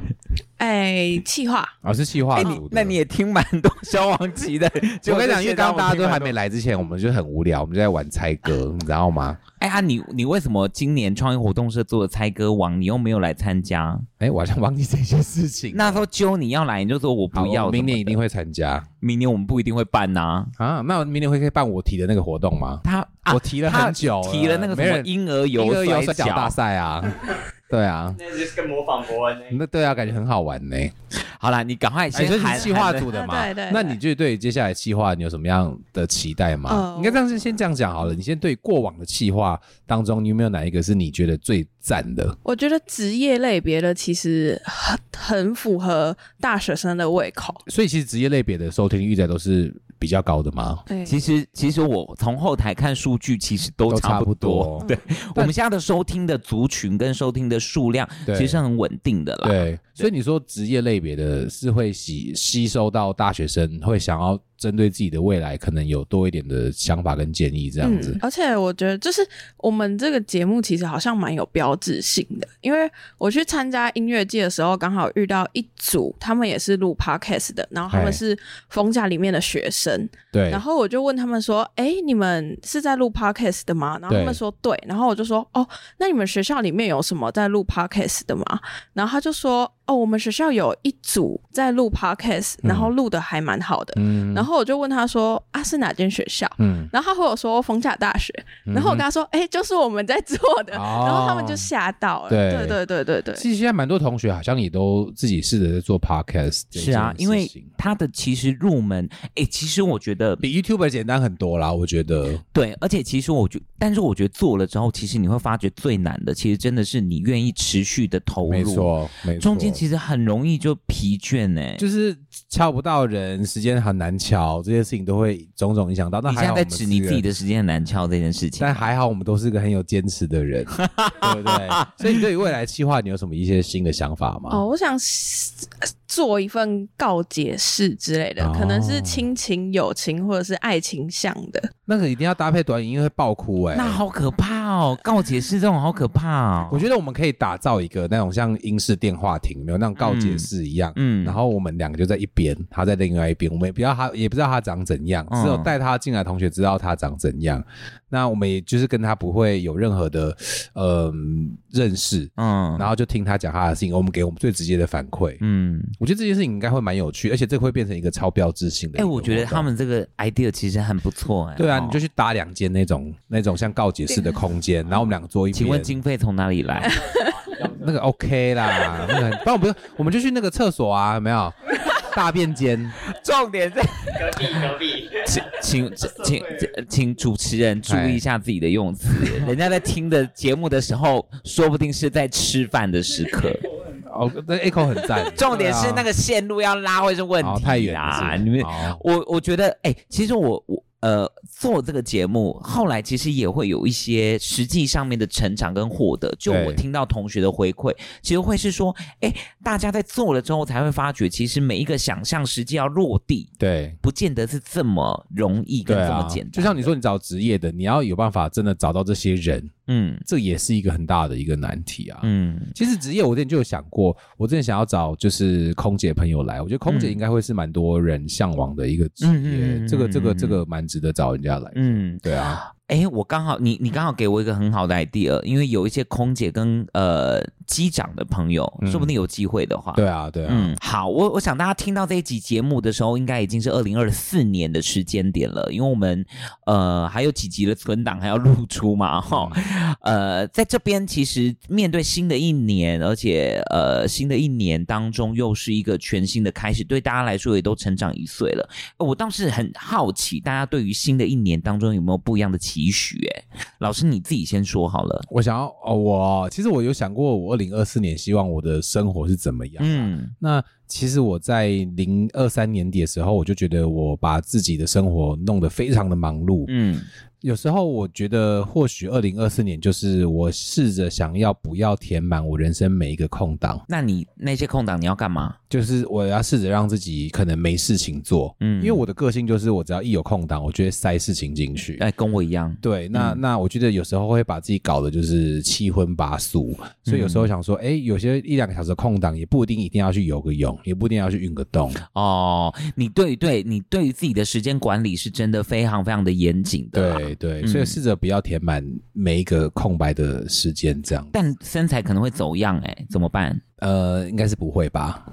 Speaker 10: 哎，气化
Speaker 3: 啊，是企划
Speaker 10: 哎
Speaker 3: 组的。
Speaker 4: 那你也听蛮 多消亡集的，
Speaker 3: 我跟你讲，
Speaker 4: 因
Speaker 3: 因为
Speaker 4: 为
Speaker 3: 刚刚大家都还没来之前，我们就很无聊，我们就在玩猜歌，你知道吗？
Speaker 2: 哎呀，你你为什么今年创意活动社做的猜歌王，你又没有来参加？
Speaker 3: 哎，我好像忘记这件事情。
Speaker 2: 那时候揪你要来，你就说我不
Speaker 3: 好
Speaker 2: 要。
Speaker 3: 我明年一定会参加。
Speaker 2: 明年我们不一定会办呐、
Speaker 3: 啊。那明年会可以办我提的那个活动吗？
Speaker 2: 他、
Speaker 3: 我提了很久
Speaker 2: 他提了那个什么
Speaker 3: 啊没人
Speaker 2: 婴儿游
Speaker 3: 婴儿游
Speaker 2: 摔
Speaker 3: 摔
Speaker 2: 跤
Speaker 3: 跤大赛 啊。对啊，
Speaker 4: 那就是跟模仿博恩
Speaker 3: 那对啊，感觉很好玩呢。
Speaker 2: 好啦，你赶快
Speaker 3: 哎
Speaker 2: 先
Speaker 3: 这
Speaker 2: 喊
Speaker 3: 是企划组的嘛？
Speaker 2: 喊对对对
Speaker 3: 那你就对接下来企划你有什么样的期待吗
Speaker 2: 哦？
Speaker 3: 应该这样是先这样讲好了。你先对过往的企划当中，你有没有哪一个是你觉得最赞的？
Speaker 10: 我觉得职业类别的其实很很符合大学生的胃口。
Speaker 3: 所以其实职业类别的收听率在都是比较高的吗？
Speaker 10: 对
Speaker 2: 其实其实我从后台看数据，其实都
Speaker 3: 都
Speaker 2: 差
Speaker 3: 差
Speaker 2: 不
Speaker 3: 不
Speaker 2: 多。
Speaker 3: 多
Speaker 2: 对，我们现在的收听的族群跟收听的数量，
Speaker 3: 对
Speaker 2: 其实是很稳定的啦。
Speaker 3: 对，啊所以你说职业类别的是会吸吸收到大学生会想要针对自己的未来可能有多一点的想法跟建议这样子。
Speaker 10: 嗯。而且我觉得，就是我们这个节目其实好像蛮有标志性的，因为我去参加音乐季的时候，刚好遇到一组，他们也是录 podcast 的，然后他
Speaker 3: 哎
Speaker 10: 们是风架里面的学生。
Speaker 3: 对
Speaker 10: 然后我就问他们说：“哎、你们是在录 podcast 的吗？”然后他们
Speaker 3: 对
Speaker 10: 说：“对。”然后我就说：“哦，那你们学校里面有什么在录 podcast 的吗？”然后他就说：“哦，我们学校有一组在录 podcast，然后录的还蛮好的。
Speaker 3: 嗯
Speaker 10: 然后我就问他说：“啊，是哪间学校？”
Speaker 3: 嗯
Speaker 10: 然后他和我说逢甲大学，
Speaker 3: 嗯哼
Speaker 10: 然后我跟他说，哎、就是我们在做的，
Speaker 3: 哦
Speaker 10: 然后他们就吓到了，
Speaker 3: 对
Speaker 10: 对对对对对，
Speaker 3: 嗯其实现在蛮多同学好像也都自己试着在做 podcast，这
Speaker 2: 是啊
Speaker 3: 件，事
Speaker 2: 因为它的其实入门，哎，其实我觉得
Speaker 3: 比 YouTuber 简单很多啦，我觉得。
Speaker 2: 对，而且其实我觉，但是我觉得做了之后，其实你会发觉最难的，其实真的是你愿意持续的投入，
Speaker 3: 没错没错
Speaker 2: 中间其实很容易就疲倦呢、
Speaker 3: 就是敲不到人，时间很难敲，这些事情都会种种影响到。那
Speaker 2: 你
Speaker 3: 还
Speaker 2: 现在
Speaker 3: 好
Speaker 2: 在
Speaker 3: 我们
Speaker 2: 指
Speaker 3: 四
Speaker 2: 你
Speaker 3: 个
Speaker 2: 自己的时间很难敲这件事情，
Speaker 3: 但还好我们都是个很有坚持的 人，对不对？所以你对于未来计划，你有什么一些新的想法吗？
Speaker 10: 哦，我想是做一份告解式之类的，
Speaker 3: 哦
Speaker 10: 可能是亲情、友情或者是爱情向的，
Speaker 3: 那个一定要搭配短影音会爆哭哎、
Speaker 2: 那好可怕哦！告解释这种好可怕哦。
Speaker 3: 我觉得我们可以打造一个那种像英式电话亭，有没有那种告解室一样，
Speaker 2: 嗯嗯
Speaker 3: 然后我们两个就在一边，他在另外一边，我们也不知道他，也不知道他长怎样，
Speaker 2: 嗯
Speaker 3: 只有带他进来的同学知道他长怎样。那我们也就是跟他不会有任何的呃认识，
Speaker 2: 嗯，
Speaker 3: 然后就听他讲他的事情，我们给我们最直接的反馈，
Speaker 2: 嗯，
Speaker 3: 我觉得这件事情应该会蛮有趣，而且这会变成一个超标志性的一
Speaker 2: 哎、
Speaker 3: 个活动。
Speaker 2: 我觉得他们这个 idea 其实很不错哎、
Speaker 3: 对啊，
Speaker 2: 哦
Speaker 3: 你就去搭两间那种那种像告解室的空间，然后我们两个坐一边。
Speaker 2: 请问经费从哪里来？
Speaker 3: 那个 OK 啦，那个，不然我们就我们就去那个厕所啊，有没 有？大便间，
Speaker 2: 重点在
Speaker 4: 隔壁隔壁，
Speaker 2: 请 请请请主持人注意一下自己的用词，哎人家在听的节目的时候，说不定是在吃饭的时 刻。
Speaker 3: 哦，那 echo 很赞。
Speaker 2: 重点是那个线路要拉会是问
Speaker 3: 哦
Speaker 2: 题
Speaker 3: 太远了是
Speaker 2: 啦。
Speaker 3: 不是
Speaker 2: 你们
Speaker 3: 哦，
Speaker 2: 我我觉得，哎、其实我我呃做这个节目，后来其实也会有一些实际上面的成长跟获得。就
Speaker 3: 对
Speaker 2: 我听到同学的回馈，其实会是说，哎、大家在做了之后才会发觉，其实每一个想象实际要落地，
Speaker 3: 对
Speaker 2: 不见得是这么容易跟
Speaker 3: 对
Speaker 2: 这么
Speaker 3: 啊
Speaker 2: 简单。，
Speaker 3: 就像你说，你找职业的，你要有办法真的找到这些人，
Speaker 2: 嗯
Speaker 3: 这也是一个很大的一个难题啊。
Speaker 2: 嗯，
Speaker 3: 其实职业我之前就有想过，我之前想要找就是空姐朋友来，我觉得空姐
Speaker 2: 嗯
Speaker 3: 应该会是蛮多人向往的一个职
Speaker 2: 嗯嗯嗯嗯
Speaker 3: 业，这个这
Speaker 2: 嗯
Speaker 3: 个
Speaker 2: 嗯
Speaker 3: 这个蛮值得找人家来。
Speaker 2: 嗯，
Speaker 3: 对啊，
Speaker 2: 哎，我刚好你你刚好给我一个很好的 idea，因为有一些空姐跟呃机长的朋友，
Speaker 3: 嗯
Speaker 2: 说不定有机会的话，
Speaker 3: 对啊，对啊。
Speaker 2: 嗯，好，我我想大家听到这一集节目的时候，应该已经是二零二四年的时间点了，因为我们呃还有几集的存档还要露出嘛，哈、呃，在这边其实面对新的一年，而且呃新的一年当中又是一个全新的开始，对大家来说也都成长一岁了。呃我倒是很好奇，大家对于新的一年当中有没有不一样的期许？哎，老师你自己先说好了。
Speaker 3: 我想要哦，我其实我有想过，我二零二四年希望我的生活是怎么样。
Speaker 2: 嗯
Speaker 3: 那其实我在零二三年底的时候，我就觉得我把自己的生活弄得非常的忙碌。
Speaker 2: 嗯，
Speaker 3: 有时候我觉得，或许二零二四年就是我试着想要不要填满我人生每一个空档。
Speaker 2: 那你那些空档你要干嘛？
Speaker 3: 就是我要试着让自己可能没事情做，嗯，
Speaker 2: 嗯
Speaker 3: 因为我的个性就是我只要一有空档，我就会塞事情进去。
Speaker 2: 哎，跟我一样。
Speaker 3: 对，那、那我觉得有时候会把自己搞得就是七荤八素，所以有时候想说，哎、有些一两个小时的空档也不一定一定要去游个泳，也不一定要去运个动。
Speaker 2: 哦，你对对，你对于自己的时间管理是真的非常非常的严谨的啦。
Speaker 3: 对对，
Speaker 2: 嗯
Speaker 3: 所以试着不要填满每一个空白的时间，这样。
Speaker 2: 但身材可能会走样哎、怎么办？
Speaker 3: 呃，应该是不会吧？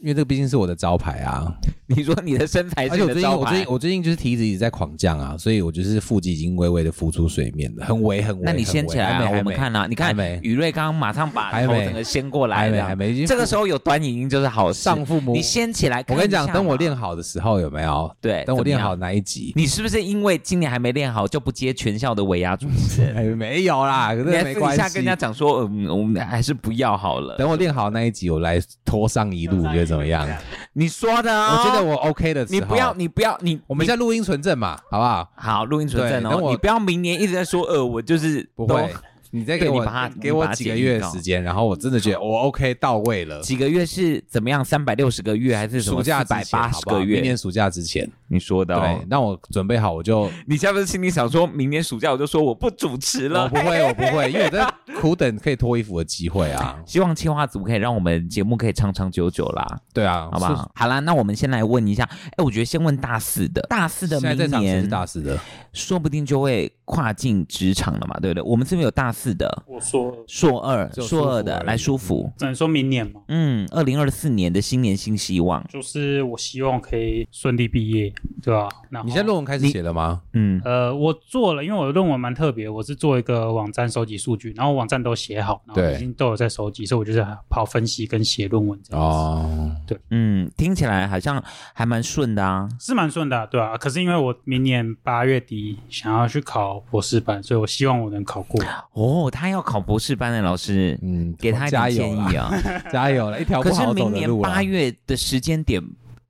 Speaker 3: 因为这个毕竟是我的招牌啊。
Speaker 2: 你说你的身材
Speaker 3: 而且
Speaker 2: 是
Speaker 3: 我
Speaker 2: 你的
Speaker 3: 最近
Speaker 2: 招
Speaker 3: 我最
Speaker 2: 牌
Speaker 3: 近，我最近就是体脂一直在狂降啊，所以我就是腹肌已经微微的浮出水面了，很微很微。
Speaker 2: 那你
Speaker 3: 很
Speaker 2: 掀
Speaker 3: 微
Speaker 2: 起来
Speaker 3: 还
Speaker 2: 啊，
Speaker 3: 没
Speaker 2: 我们看啊，你看
Speaker 3: 还没
Speaker 2: 宇瑞刚刚马上把
Speaker 3: 还
Speaker 2: 头
Speaker 3: 没
Speaker 2: 整个掀过来
Speaker 3: 还没
Speaker 2: 了，
Speaker 3: 还没已经
Speaker 2: 这个时候有短影音就是好事。
Speaker 3: 上父母，
Speaker 2: 你掀起来，
Speaker 3: 我跟你讲，等
Speaker 2: 我
Speaker 3: 我练好的时候有没有？
Speaker 2: 对，
Speaker 3: 等我
Speaker 2: 哎怎么
Speaker 3: 练
Speaker 2: 样
Speaker 3: 好哪一集？
Speaker 2: 你是不是因为今年还没练好就不接全校的尾牙主持人？
Speaker 3: 哎，没有啦，可
Speaker 2: 你
Speaker 3: 是
Speaker 2: 还
Speaker 3: 没
Speaker 2: 私
Speaker 3: 关
Speaker 2: 底
Speaker 3: 系。
Speaker 2: 下跟人家讲说，嗯，我们还是不要好了。
Speaker 3: 等我练好那一集，我来拖上一路，你觉得怎么样？
Speaker 2: 你说的哦，
Speaker 3: 我觉得我 OK 的时候
Speaker 2: 你不要，你不要，你
Speaker 3: 我们现在录音存证嘛，好不好？
Speaker 2: 好录音存
Speaker 3: 对
Speaker 2: 证
Speaker 3: 等
Speaker 2: 哦，
Speaker 3: 我
Speaker 2: 你不要明年一直在说，呃，我就是
Speaker 3: 不
Speaker 2: 都
Speaker 3: 会，你再
Speaker 2: 对
Speaker 3: 给我
Speaker 2: 你把它
Speaker 3: 给
Speaker 2: 你把
Speaker 3: 我
Speaker 2: 它
Speaker 3: 几
Speaker 2: 剪
Speaker 3: 个月
Speaker 2: 预
Speaker 3: 的
Speaker 2: 告
Speaker 3: 时间，然后我真的觉得我 OK 到位了。
Speaker 2: 几个月是怎么样？三百六十个月还是什么？
Speaker 3: 暑假
Speaker 2: 百
Speaker 3: 之前
Speaker 2: 八
Speaker 3: 好
Speaker 2: 十
Speaker 3: 不好
Speaker 2: 个月？
Speaker 3: 明年暑假之前，
Speaker 2: 你说的哦
Speaker 3: 对，。那我准备好我就
Speaker 2: 你是不是心里想说，明年暑假我就说我不主持了？。
Speaker 3: 我不会，我不会，因为我在苦等可以脱衣服的机会啊
Speaker 2: 希望企划组可以让我们节目可以长长久久啦，
Speaker 3: 对啊，
Speaker 2: 好吧？好啦，那我们先来问一下，哎，我觉得先问大四的，大四的
Speaker 3: 现在在
Speaker 2: 明
Speaker 3: 场谁
Speaker 2: 年哦
Speaker 3: 是大四的？
Speaker 2: 说不定就会跨进职场了嘛，对不对？我们这边有大四的，
Speaker 5: 我说
Speaker 2: 硕二、
Speaker 5: 只有舒服
Speaker 2: 硕二的
Speaker 5: 而已
Speaker 2: 来舒服，
Speaker 5: 只能说明年嘛，
Speaker 2: 嗯，二零二四年的新年新希望，
Speaker 5: 就是我希望可以顺利毕业，对吧、然后
Speaker 3: 你现在论文开始写了吗？
Speaker 2: 嗯，
Speaker 5: 呃，我做了，因为我的论文蛮特别，我是做一个网站收集数据，然后网站都写好，然后
Speaker 3: 对
Speaker 5: 已经都有在收集，所以我就是跑分析跟写论文这样子。
Speaker 3: 哦，
Speaker 5: 对，
Speaker 2: 嗯，听起来好像还蛮顺的啊。
Speaker 5: 是蛮顺的啊、对啊。可是因为我明年八月底想要去考博士班，所以我希望我能考过。
Speaker 2: 哦，他要考博士班的老师，
Speaker 3: 嗯，
Speaker 2: 给他一点
Speaker 3: 加
Speaker 2: 建
Speaker 3: 油啦
Speaker 2: 议啊。
Speaker 3: 加油了，一条
Speaker 2: 可
Speaker 3: 不
Speaker 2: 是
Speaker 3: 好走
Speaker 2: 明
Speaker 3: 的
Speaker 2: 年
Speaker 3: 路啊
Speaker 2: 八。月的时间点，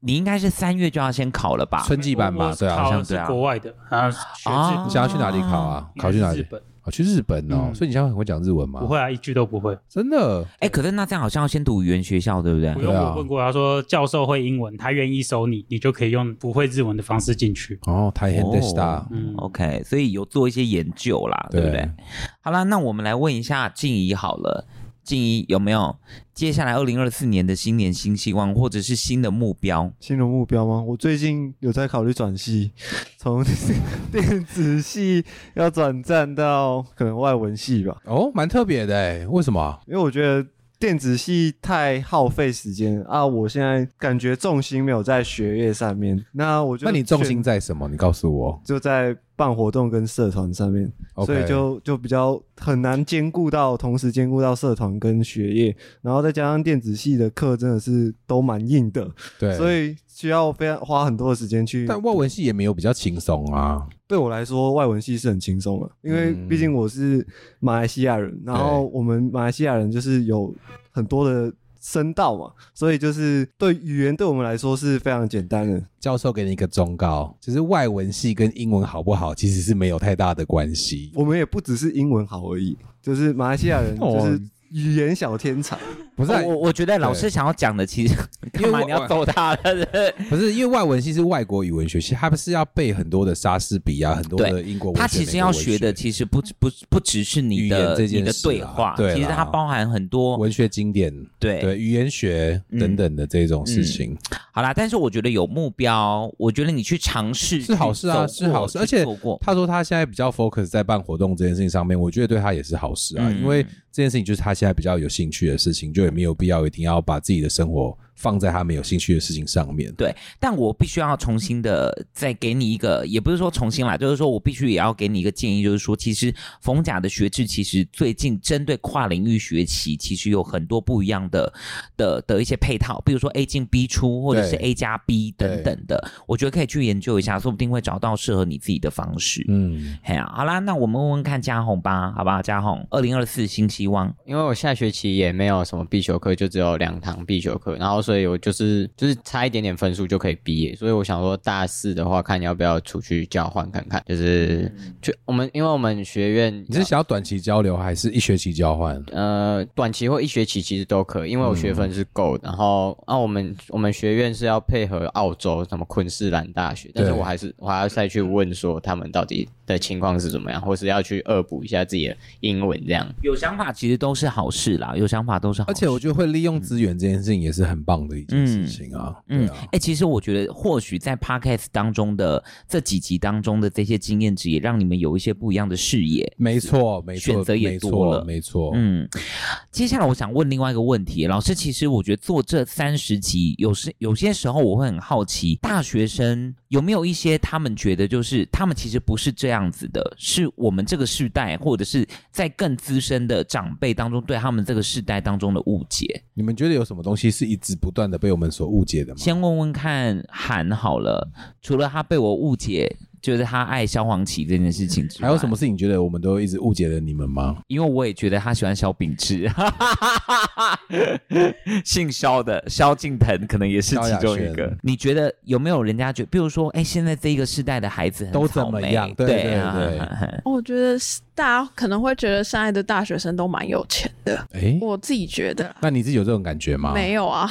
Speaker 2: 你应该是三月就要先考了吧？
Speaker 3: 春季版嘛，对啊，
Speaker 5: 考
Speaker 3: 好
Speaker 5: 的
Speaker 3: 像
Speaker 5: 是
Speaker 3: 对啊。
Speaker 5: 国外的啊，学嗯
Speaker 2: 啊
Speaker 5: 制
Speaker 3: 你想要去哪里考啊？考去哪里
Speaker 5: 日？本
Speaker 3: 哦，去日本哦，所以你现在很会讲日文吗？
Speaker 5: 不会，啊，一句都不会。
Speaker 3: 真的。
Speaker 2: 哎、可是那这样好像要先读语言学校，对不对
Speaker 5: 不？用
Speaker 3: 对啊
Speaker 5: 我问过，他说教授会英文，他愿意收你，你就可以用不会日文的方式进去。
Speaker 3: 哦，大変でした
Speaker 2: 哦。
Speaker 5: 嗯
Speaker 2: OK，所以有做一些研究啦，对
Speaker 3: 对
Speaker 2: 不对？好啦，那我们来问一下静怡好了，静怡有没有接下来二零二四年的新年新希望，或者是新的目标？
Speaker 1: 新的目标吗？我最近有在考虑转系，从 电子系要转战到可能外文系吧，
Speaker 3: 哦，蛮特别的欸，为什么啊？
Speaker 1: 因为我觉得电子系太耗费时间啊。我现在感觉重心没有在学业上面，那我就
Speaker 3: 那你重心
Speaker 1: 选
Speaker 3: 在什么？你告诉我。
Speaker 1: 就在办活动跟社团上面
Speaker 3: OK
Speaker 1: 所以就就比较很难兼顾到，同时兼顾到社团跟学业，然后再加上电子系的课真的是都蛮硬的，
Speaker 3: 对
Speaker 1: 所以需要非常花很多的时间去。
Speaker 3: 但外文系也没有比较轻松啊。
Speaker 1: 对我来说，外文系是很轻松的，因为毕竟我是马来西亚人，然后我们马来西亚人就是有很多的声道嘛，所以就是对语言对我们来说是非常简单的。
Speaker 3: 教授给你一个忠告，就是外文系跟英文好不好其实是没有太大的关系。
Speaker 1: 我们也不只是英文好而已，就是马来西亚人
Speaker 3: 哦
Speaker 1: 就是语言小天才。
Speaker 3: 不是啊、
Speaker 2: 我我我觉得老师想要讲的，其实干
Speaker 3: 因
Speaker 2: 嘛
Speaker 3: 为我
Speaker 2: 你要揍他了？
Speaker 3: 不是因为外文系是外国语文学系，它不是要背很多的莎士比亚、很多的英国文学。
Speaker 2: 他其实
Speaker 3: 美国
Speaker 2: 要
Speaker 3: 文
Speaker 2: 学的，其实不不不只是你
Speaker 3: 语言
Speaker 2: 的
Speaker 3: 这件事啊
Speaker 2: 你的对话，
Speaker 3: 对啦
Speaker 2: 其实它包含很多
Speaker 3: 文学经典，
Speaker 2: 对嗯
Speaker 3: 对语言学等等的这种事情、
Speaker 2: 好啦，但是我觉得有目标，我觉得你去尝试
Speaker 3: 是好事啊，
Speaker 2: 去走
Speaker 3: 是
Speaker 2: 过
Speaker 3: 好事。
Speaker 2: 去
Speaker 3: 而且
Speaker 2: 做过，
Speaker 3: 他说他现在比较 focus 在办活动这件事情上面，我觉得对他也是好事啊，
Speaker 2: 嗯
Speaker 3: 因为这件事情就是他现在比较有兴趣的事情，就也没有必要一定要把自己的生活放在他没有兴趣的事情上面。
Speaker 2: 对，但我必须要重新的再给你一个，也不是说重新啦，就是说我必须也要给你一个建议，就是说，其实逢甲的学制其实最近针对跨领域学习，其实有很多不一样的的的一些配套，比如说 A 进 B 出，或者是
Speaker 3: 对
Speaker 2: A 加 B 等等的，我觉得可以去研究一下，说不定会找到适合你自己的方式。
Speaker 3: 嗯，
Speaker 2: 哎呀、好啦，那我们问问看嘉宏吧，好不好？嘉宏，二零二四新希望，
Speaker 11: 因为我下学期也没有什么必修课，就只有两堂必修课，然后所以我就是就是差一点点分数就可以毕业，所以我想说大四的话，看你要不要出去交换看看，就是
Speaker 2: 嗯
Speaker 11: 去我们因为我们学院
Speaker 3: 你是想要短期交流还是一学期交换？
Speaker 2: 啊
Speaker 11: 呃，短期或一学期其实都可以，因为我学分是够的。然后啊，我们我们学院是要配合澳洲什么昆士兰大学，但是
Speaker 3: 对
Speaker 11: 我还是我还要再去问说他们到底的情况是怎么样，或是要去恶补一下自己的英文这样。
Speaker 2: 有想法其实都是好事啦，有想法都是好事。
Speaker 3: 而且我觉得会利用资源这件事情也是很棒的一件事情啊。
Speaker 2: 嗯，哎、其实我觉得或许在 podcast 当中的这几集当中的这些经验值，也让你们有一些不一样的视野。
Speaker 3: 没错，没错，
Speaker 2: 选择也
Speaker 3: 没错
Speaker 2: 多了
Speaker 3: 没错。
Speaker 2: 嗯，接下来我想问另外一个问题，老师，其实我觉得做这三十集，有时有些时候我会很好奇，大学生有没有一些他们觉得就是他们其实不是这样子的，是我们这个世代或者是在更资深的长辈当中对他们这个世代当中的误解。
Speaker 3: 你们觉得有什么东西是一直不断的被我们所误解的吗？
Speaker 2: 先问问看韩好了，除了他被我误解，就是他爱萧煌奇这件事情之外，
Speaker 3: 还有什么事情觉得我们都一直误解了你们吗？
Speaker 2: 因为我也觉得他喜欢萧秉治， 姓萧的萧敬腾可能也是其中
Speaker 3: 萧
Speaker 2: 一
Speaker 3: 亚
Speaker 2: 个
Speaker 3: 轩。
Speaker 2: 你觉得有没有人家觉比如说，哎，现在这一个世代的孩子很
Speaker 3: 都怎么
Speaker 2: 草莓
Speaker 3: 样对
Speaker 2: 对
Speaker 3: 对
Speaker 2: 啊
Speaker 3: 对
Speaker 10: 我觉得是大家可能会觉得现在的大学生都蛮有钱的，
Speaker 3: 诶
Speaker 10: 我自己觉得
Speaker 3: 那你自己有这种感觉吗？
Speaker 10: 没有啊，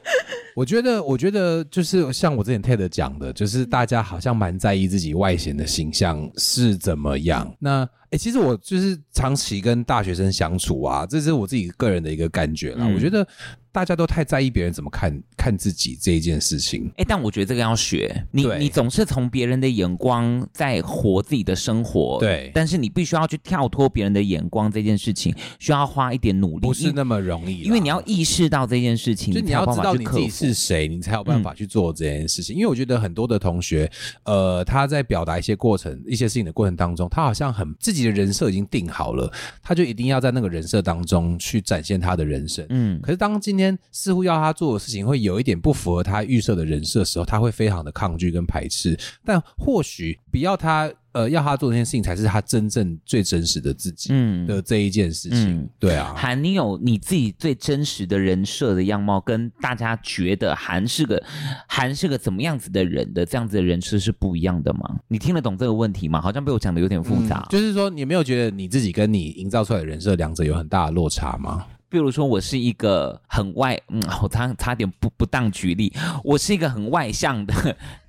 Speaker 3: 我觉得，我觉得就是像我之前 TED 讲的，就是大家好像蛮在意自己外显的形象是怎么样。
Speaker 2: 嗯
Speaker 3: 那哎、诶其实我就是长期跟大学生相处啊，这是我自己个人的一个感觉啦。
Speaker 2: 嗯
Speaker 3: 我觉得大家都太在意别人怎么看看自己这一件事情。
Speaker 2: 哎，但我觉得这个要学，你你总是从别人的眼光在活自己的生活，
Speaker 3: 对
Speaker 2: 哦但是你必须要去跳脱别人的眼光这件事情，需要花一点努力，
Speaker 3: 不是那么容易啦
Speaker 2: 因为你要意识到这件事情，
Speaker 3: 就
Speaker 2: 你
Speaker 3: 你
Speaker 2: 才有
Speaker 3: 要
Speaker 2: 办
Speaker 3: 知
Speaker 2: 法
Speaker 3: 道
Speaker 2: 去
Speaker 3: 你
Speaker 2: 克
Speaker 3: 自己
Speaker 2: 服嗯
Speaker 3: 是谁，你才有办法去做这件事情。因为我觉得很多的同学，呃，他在表达一些过程、一些事情的过程当中，他好像很自己的人设已经定好了，他就一定要在那个人设当中去展现他的人生。
Speaker 2: 嗯，
Speaker 3: 可是当今天似乎要他做的事情会有一点不符合他预设的人设的时候，他会非常的抗拒跟排斥。但或许不要他。呃，要他做这件事情才是他真正最真实的自己
Speaker 2: 嗯
Speaker 3: 的这一件事情，
Speaker 2: 嗯
Speaker 3: 对啊，
Speaker 2: 韩，你有你自己最真实的人设的样貌，跟大家觉得韩是个韩是个怎么样子的人的这样子的人设是不一样的吗？你听得懂这个问题吗？好像被我讲的有点复杂。
Speaker 3: 嗯就是说，你有没有觉得你自己跟你营造出来的人设两者有很大的落差吗？
Speaker 2: 比如说，我是一个很外，嗯，我差差点不不当举例，我是一个很外向的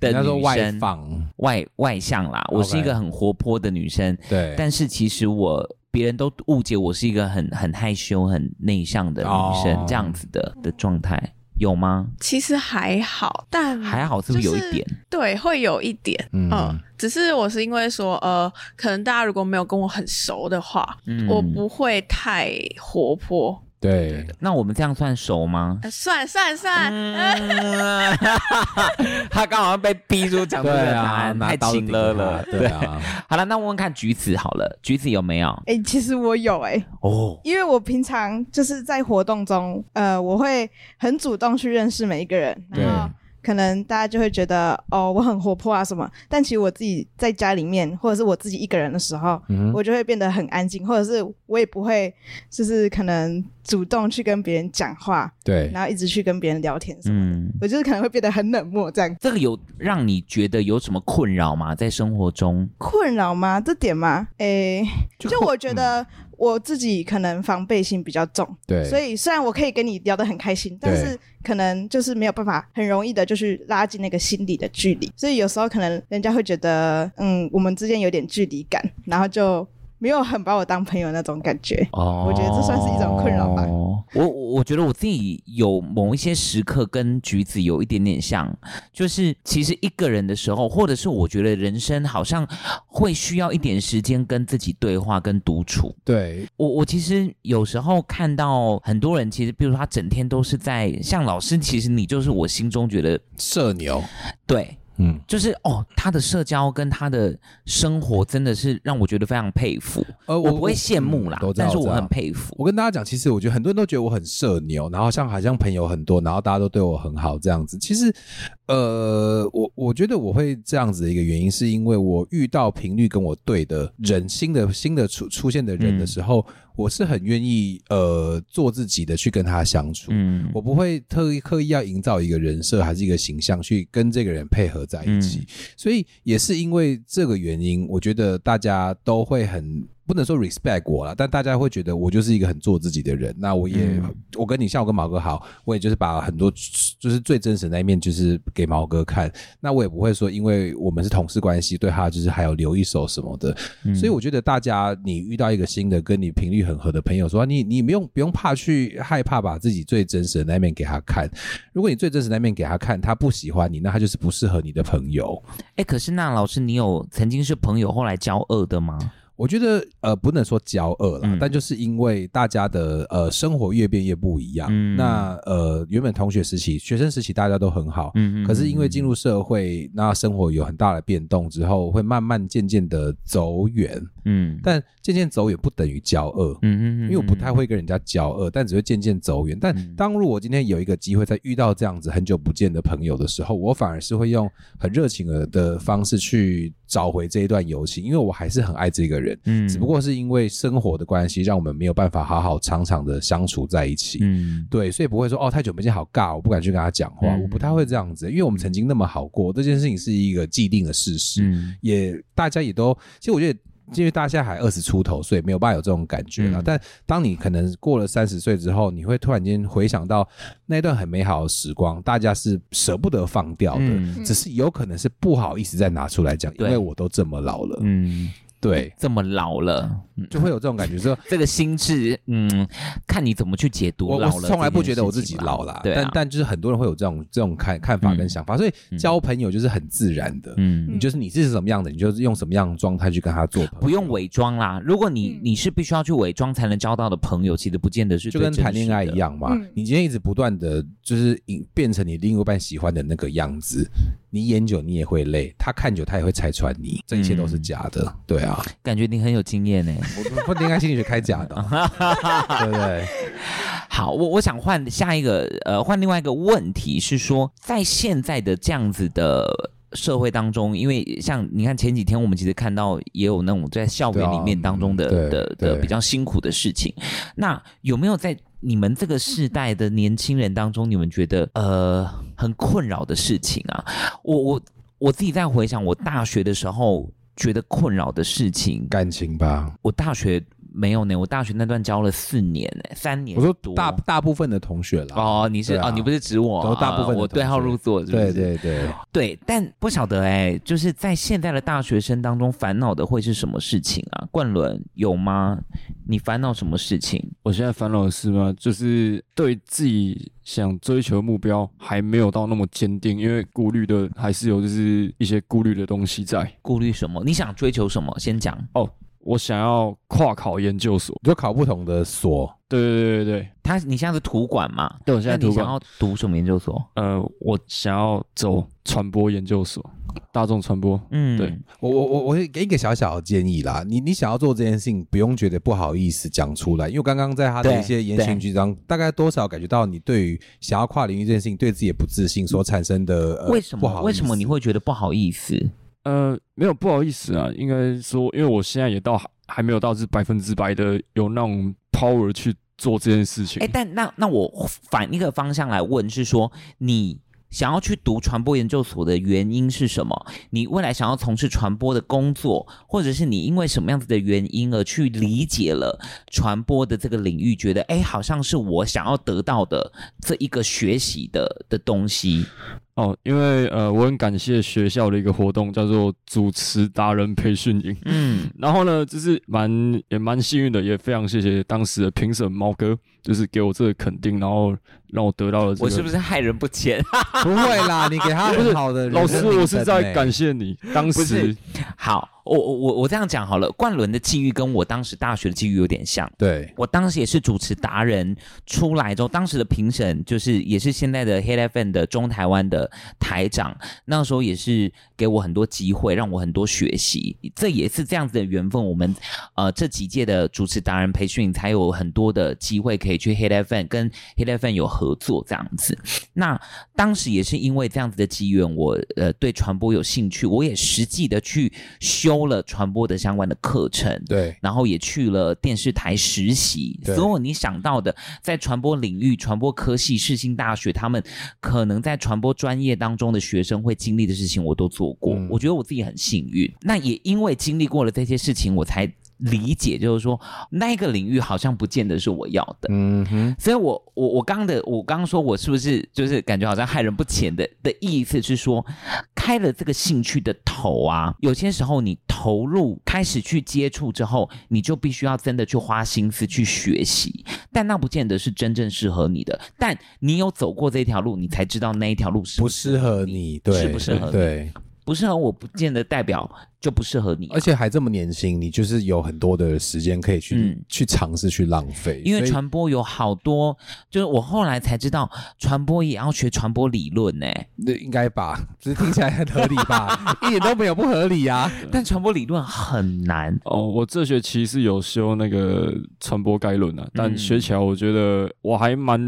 Speaker 2: 的
Speaker 3: 人家
Speaker 2: 女
Speaker 3: 说
Speaker 2: 生，
Speaker 3: 外放
Speaker 2: 外外向啦，我是一
Speaker 3: OK
Speaker 2: 个很活泼的女生，
Speaker 3: 对
Speaker 2: 但是其实我别人都误解我是一个很很害羞、很内向的女生，
Speaker 3: 哦
Speaker 2: 这样子的的状态有吗？
Speaker 10: 其实还好，但
Speaker 2: 还好是不是有一点？
Speaker 10: 对，会有一点，
Speaker 2: 嗯
Speaker 10: 嗯。只是我是因为说，呃，可能大家如果没有跟我很熟的话，
Speaker 2: 嗯
Speaker 10: 我不会太活泼。
Speaker 3: 对，
Speaker 2: 那我们这样算熟 吗？
Speaker 10: 呃算算算，
Speaker 9: 嗯
Speaker 2: 他刚好被逼出讲
Speaker 3: 出这个答案对啊太拿刀
Speaker 2: 轻
Speaker 3: 勤了了顶他对啊。
Speaker 2: 好了，那问问看橘子好了，橘子有没有？
Speaker 9: 哎、其实我有哎、
Speaker 2: 哦，
Speaker 9: 因为我平常就是在活动中，呃，我会很主动去认识每一个人，
Speaker 3: 对，啊
Speaker 9: 可能大家就会觉得哦，我很活泼啊什么，但其实我自己在家里面，或者是我自己一个人的时候，
Speaker 3: 嗯
Speaker 9: 我就会变得很安静，或者是我也不会就是可能主动去跟别人讲话，
Speaker 3: 对
Speaker 9: 然后一直去跟别人聊天什么，
Speaker 2: 嗯，
Speaker 9: 我就是可能会变得很冷漠这样。
Speaker 2: 这个有让你觉得有什么困扰吗？在生活中，
Speaker 9: 困扰吗？这点吗？诶、就我觉得我自己可能防备心比较重，
Speaker 3: 对
Speaker 9: 所以虽然我可以跟你聊得很开心，但是可能就是没有办法很容易的，就是拉近那个心理的距离，所以有时候可能人家会觉得，嗯，我们之间有点距离感，然后就没有很把我当朋友那种感觉。
Speaker 2: 哦
Speaker 9: 我觉得这算是一种困扰吧。
Speaker 2: 我我觉得我自己有某一些时刻跟橘子有一点点像，就是其实一个人的时候，或者是我觉得人生好像会需要一点时间跟自己对话跟独处。
Speaker 3: 对，
Speaker 2: 我我其实有时候看到很多人，其实比如说他整天都是在像老师，其实你就是我心中觉得
Speaker 3: 社牛，
Speaker 2: 对，
Speaker 3: 嗯，
Speaker 2: 就是哦，他的社交跟他的生活真的是让我觉得非常佩服。
Speaker 3: 呃，
Speaker 2: 我不会羡慕啦
Speaker 3: 嗯都，知道
Speaker 2: 但是
Speaker 3: 知
Speaker 2: 我
Speaker 3: 道
Speaker 2: 很佩服。
Speaker 3: 我跟大家讲，其实我觉得很多人都觉得我很社牛，然后像好像朋友很多，然后大家都对我很好这样子。其实，呃，我我觉得我会这样子的一个原因，是因为我遇到频率跟我对的人，新的新的出出现的人的时候，我是很愿意呃做自己的去跟他相处，
Speaker 2: 嗯
Speaker 3: 我不会特意刻意要营造一个人设还是一个形象去跟这个人配合在一
Speaker 2: 嗯
Speaker 3: 起，所以也是因为这个原因，我觉得大家都会很。不能说 respect 我啦，但大家会觉得我就是一个很做自己的人。那我也，我跟你像我跟毛哥好，我也就是把很多就是最真实的那一面，就是给毛哥看。那我也不会说，因为我们是同事关系，对他就是还有留一手什么的。
Speaker 12: 嗯
Speaker 3: 所以我觉得大家，你遇到一个新的跟你频率很合的朋友说，啊你你不用不用怕去害怕把自己最真实的那一面给他看。如果你最真实的那一面给他看，他不喜欢你，那他就是不适合你的朋友。
Speaker 2: 哎，可是那老师，你有曾经是朋友后来交恶的吗？
Speaker 3: 我觉得呃，不能说骄恶啦，
Speaker 2: 嗯
Speaker 3: 但就是因为大家的呃生活越变越不一样。
Speaker 2: 嗯
Speaker 3: 那呃，原本同学时期、学生时期大家都很好，
Speaker 2: 嗯嗯
Speaker 3: 可是因为进入社会，那生活有很大的变动之后，会慢慢渐渐的走远。
Speaker 2: 嗯，
Speaker 3: 但渐渐走远不等于骄恶，
Speaker 2: 嗯
Speaker 3: 因为我不太会跟人家交恶，但只会渐渐走远。但当如果我今天有一个机会再遇到这样子很久不见的朋友的时候，我反而是会用很热情的方式去找回这一段友情，因为我还是很爱这个人，
Speaker 2: 嗯
Speaker 3: 只不过是因为生活的关系，让我们没有办法好好长长的相处在一起，
Speaker 2: 嗯，
Speaker 3: 对，所以不会说哦太久没见好尬，我不敢去跟他讲话，
Speaker 2: 嗯
Speaker 3: 我不太会这样子，因为我们曾经那么好过，这件事情是一个既定的事实，
Speaker 2: 嗯
Speaker 3: 也大家也都，其实我觉得。因为大家现在还二十出头，所以没有办法有这种感觉
Speaker 2: 嗯
Speaker 3: 了。但当你可能过了三十岁之后，你会突然间回想到那段很美好的时光，大家是舍不得放掉的，呃
Speaker 2: 嗯
Speaker 3: 只是有可能是不好意思再拿出来讲，因
Speaker 2: 对
Speaker 3: 为我都这么老了。
Speaker 2: 嗯，
Speaker 3: 对，
Speaker 2: 这么老了，
Speaker 3: 就会有这种感觉，说
Speaker 2: 这个心智，嗯，看你怎么去解读
Speaker 3: 我
Speaker 2: 老
Speaker 3: 我
Speaker 2: 了。
Speaker 3: 从来不觉得我自己老啦，
Speaker 2: 对啊
Speaker 3: 但但就是很多人会有这种这种看看法跟想法，所以交朋友就是很自然的，
Speaker 2: 嗯，
Speaker 3: 你就是你是什么样的，你就是用什么样的状态去跟他做朋友，
Speaker 2: 不用伪装啦。如果你你是必须要去伪装才能交到的朋友，其实不见得是
Speaker 3: 就
Speaker 2: 最
Speaker 3: 跟
Speaker 2: 真
Speaker 3: 谈恋
Speaker 2: 实
Speaker 3: 爱
Speaker 2: 的
Speaker 3: 一样嘛
Speaker 2: 嗯，
Speaker 3: 你今天一直不断的就是引变成你另一半喜欢的那个样子，你演久你也会累，他看久他也会拆穿你，这一切
Speaker 2: 嗯
Speaker 3: 都是假的，对 啊，
Speaker 2: 感觉你很有经验呢、欸
Speaker 3: 我不应该心理学开假 的哦，对不对？
Speaker 2: 好，我我想换下一个，呃，换另外一个问题是说，在现在的这样子的。社会当中，因为像你看前几天，我们其实看到也有那种在校园里
Speaker 3: 啊
Speaker 2: 面当
Speaker 3: 嗯
Speaker 2: 中的、的的比较辛苦的事情。那有没有在你们这个世代的年轻人当中，你们觉得呃很困扰的事情啊？我我我自己在回想我大学的时候觉得困扰的事情，
Speaker 3: 感情吧。
Speaker 2: 我大学没有呢，我大学那段交了四年呢、三年
Speaker 3: 我说
Speaker 2: 多
Speaker 3: 大大部分的同学啦，
Speaker 2: 哦，你是、
Speaker 3: 对啊
Speaker 2: 哦，你不是指我，
Speaker 3: 都大部分的
Speaker 2: 啊我
Speaker 3: 同学
Speaker 2: 对号入座，是不
Speaker 3: 对
Speaker 2: 是
Speaker 3: 对对。
Speaker 2: 对，但不晓得哎、就是在现在的大学生当中，烦恼的会是什么事情啊？冠伦有吗？你烦恼什么事情？
Speaker 7: 我现在烦恼的是吗？就是对自己想追求的目标还没有到那么坚定，因为顾虑的还是有就是一些顾虑的东西在。
Speaker 2: 顾虑什么？你想追求什么？先讲
Speaker 7: 哦。我想要跨考研究所，
Speaker 3: 就考不同的所。
Speaker 7: 对对对对对，
Speaker 2: 他你现在是图管嘛？
Speaker 7: 对，我现在
Speaker 2: 那
Speaker 7: 图
Speaker 2: 你
Speaker 7: 管
Speaker 2: 想要读什么研究所？
Speaker 7: 呃，我想要走传播研究所，大众传播。
Speaker 2: 嗯，
Speaker 7: 对，
Speaker 3: 我我我我会给一个小小的建议啦，你你想要做这件事情，不用觉得不好意思讲出来，因为我刚刚在他的
Speaker 2: 对
Speaker 3: 一些言行举止当中，大概多少感觉到你对于想要跨领域这件事情对自己的不自信所产生的、呃、
Speaker 2: 为什
Speaker 3: 不
Speaker 2: 么？
Speaker 3: 好
Speaker 2: 为什么你会觉得不好意思？
Speaker 7: 呃，没有不好意思啊，应该说，因为我现在也到还还没有到是百分之百的有那种 power 去做这件事情。
Speaker 2: 哎、但那那我反一个方向来问，是说你想要去读传播研究所的原因是什么？你未来想要从事传播的工作，或者是你因为什么样子的原因而去理解了传播的这个领域，觉得哎、诶好像是我想要得到的这一个学习的的东西。
Speaker 7: 哦，因为呃，我很感谢学校的一个活动，叫做主持达人培训营。
Speaker 2: 嗯，
Speaker 7: 然后呢，就是蛮也蛮幸运的，也非常谢谢当时的评审猫哥，就是给我这个肯定，然后让我得到了、这个。
Speaker 2: 我是不是害人不浅？
Speaker 3: 不会啦，你给他
Speaker 7: 不是
Speaker 3: 很好的人
Speaker 7: 老
Speaker 3: 生
Speaker 7: 师，
Speaker 3: 历
Speaker 7: 我是
Speaker 3: 程
Speaker 7: 在
Speaker 3: 欸
Speaker 7: 感谢你，当
Speaker 2: 不是
Speaker 7: 时
Speaker 2: 好，我我我我这样讲好了，冠伦的际遇跟我当时大学的际遇有点像。
Speaker 3: 对，
Speaker 2: 我当时也是主持达人出来之后，当时的评审就是也是现在的 Hit FM 的中台湾的台长，那时候也是给我很多机会，让我很多学习。这也是这样子的缘分，我们呃这几届的主持达人培训才有很多的机会可以去 Hit FM 跟 Hit FM 有合作这样子。那当时也是因为这样子的机缘，我呃对传播有兴趣，我也实际的去修了传播的相关的课程，
Speaker 3: 对，
Speaker 2: 然后也去了电视台实习，
Speaker 3: 对
Speaker 2: 所有你想到的，在传播领域、传播科系、世新大学，他们可能在传播专业当中的学生会经历的事情，我都做过。我觉得我自己很幸运。那也因为经历过了这些事情，我才。理解就是说，那一个领域好像不见得是我要的，
Speaker 3: 嗯哼，
Speaker 2: 所以我我我刚的我刚说我是不是就是感觉好像害人不浅的的意思是说，开了这个兴趣的头啊，有些时候你投入开始去接触之后，你就必须要真的去花心思去学习，但那不见得是真正适合你的，但你有走过这条路，你才知道那一条路是
Speaker 3: 不适合你，对，
Speaker 2: 是不适合你
Speaker 3: 对，
Speaker 2: 不适合我，不见得代表就不适合你啊、
Speaker 3: 而且还这么年轻，你就是有很多的时间可以去、去尝试去浪费，
Speaker 2: 嗯因为
Speaker 3: 所以
Speaker 2: 传播有好多，就是我后来才知道，传播也要学传播理论欸呢、
Speaker 3: 那应该吧，只是听起来很合理 吧，一点都没有不合理啊呀、
Speaker 2: 但传播理论很难
Speaker 7: 哦。我这学期是有修那个传播概论啊，但
Speaker 3: 嗯
Speaker 7: 学起来我觉得我还蛮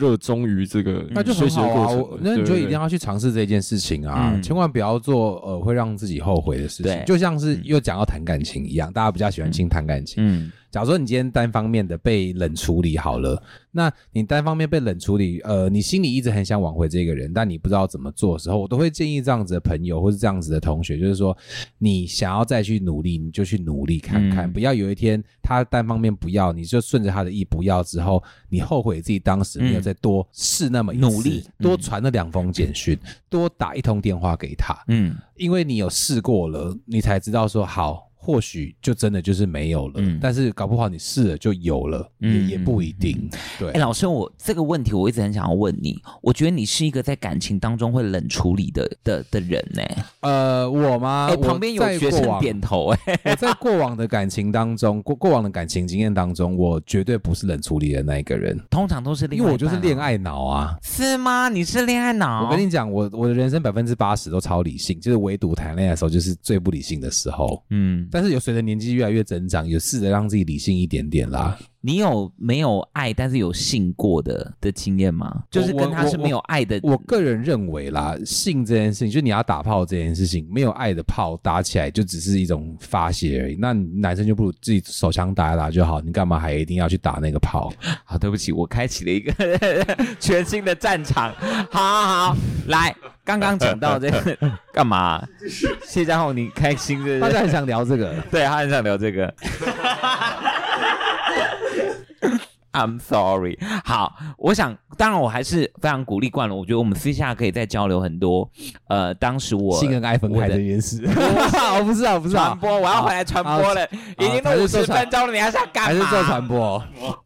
Speaker 7: 热衷于这个
Speaker 3: 那就
Speaker 7: 学
Speaker 3: 很
Speaker 7: 习的
Speaker 3: 好
Speaker 7: 过
Speaker 3: 啊，
Speaker 7: 程
Speaker 3: 我
Speaker 7: 的。
Speaker 3: 那你
Speaker 7: 对
Speaker 3: 就
Speaker 7: 对
Speaker 3: 一定要去尝试这件事情啊，
Speaker 7: 嗯
Speaker 3: 千万不要做呃会让自己后悔的事情
Speaker 7: 对。嗯
Speaker 3: 就像是又讲到谈感情一样，大家比较喜欢轻谈感情。
Speaker 2: 嗯，
Speaker 3: 假如说你今天单方面的被冷处理好了，那你单方面被冷处理，呃，你心里一直很想挽回这个人，但你不知道怎么做的时候，我都会建议这样子的朋友或是这样子的同学，就是说你想要再去努力，你就去努力看看，
Speaker 2: 嗯
Speaker 3: 不要有一天他单方面不要，你就顺着他的意不要之后，你后悔自己当时没有
Speaker 2: 嗯
Speaker 3: 再多试那么一次
Speaker 2: 努力，嗯
Speaker 3: 多传了两封简讯，多打一通电话给他，
Speaker 2: 嗯，
Speaker 3: 因为你有试过了，你才知道说好。或许就真的就是没有了，但是搞不好你试了就有了，
Speaker 2: 嗯
Speaker 3: 也也不一定。对，
Speaker 2: 哎、老师，我这个问题我一直很想要问你，我觉得你是一个在感情当中会冷处理的的的人呢、
Speaker 3: 呃，我吗？
Speaker 2: 哎
Speaker 3: 我
Speaker 2: 旁边有
Speaker 3: 在
Speaker 2: 学
Speaker 3: 过啊
Speaker 2: 生
Speaker 3: 往
Speaker 2: 点头哎
Speaker 3: 我在过往的感情当中，过过往的感情经验当中，我绝对不是冷处理的那一个人，
Speaker 2: 通常都是另
Speaker 3: 因
Speaker 2: 外
Speaker 3: 为
Speaker 2: 一
Speaker 3: 我就是
Speaker 2: 半啊
Speaker 3: 恋爱脑啊。
Speaker 2: 是吗？你是恋爱脑？
Speaker 3: 我跟你讲，我我的人生百分之八十都超理性，就是唯独谈恋爱的时候就是最不理性的时候。
Speaker 2: 嗯，
Speaker 3: 但是有随着年纪越来越增长，有试着让自己理性一点点啦。
Speaker 2: 你有没有爱但是有性过的的经验吗？就是
Speaker 3: 我
Speaker 2: 跟他
Speaker 3: 我
Speaker 2: 是没有爱的
Speaker 3: 我我个人认为啦，性这件事情，就是你要打炮这件事情，没有爱的炮打起来就只是一种发泄而已。那你男生就不如自己手枪打一打就好，你干嘛还一定要去打那个 炮？
Speaker 2: 好，对不起，我开启了一个 全新的战场。好好好，来，刚刚讲到 这个干嘛、谢家宏，你开心是不是？
Speaker 3: 大家很想聊这个，
Speaker 2: 对他很想聊 这个。I'm sorry。好，我想，当然我还是非常鼓励冠伦。我觉得我们私下可以再交流很多。呃，当时我
Speaker 3: 性跟爱分开
Speaker 2: 我的
Speaker 3: 这件事，我不知道，我不知道。
Speaker 2: 传播，我要回来传播了，已经
Speaker 3: 还
Speaker 2: 录
Speaker 3: 是
Speaker 2: 五
Speaker 3: 做
Speaker 2: 十
Speaker 3: 传
Speaker 2: 分钟了，你还想干嘛？
Speaker 3: 还是做传播？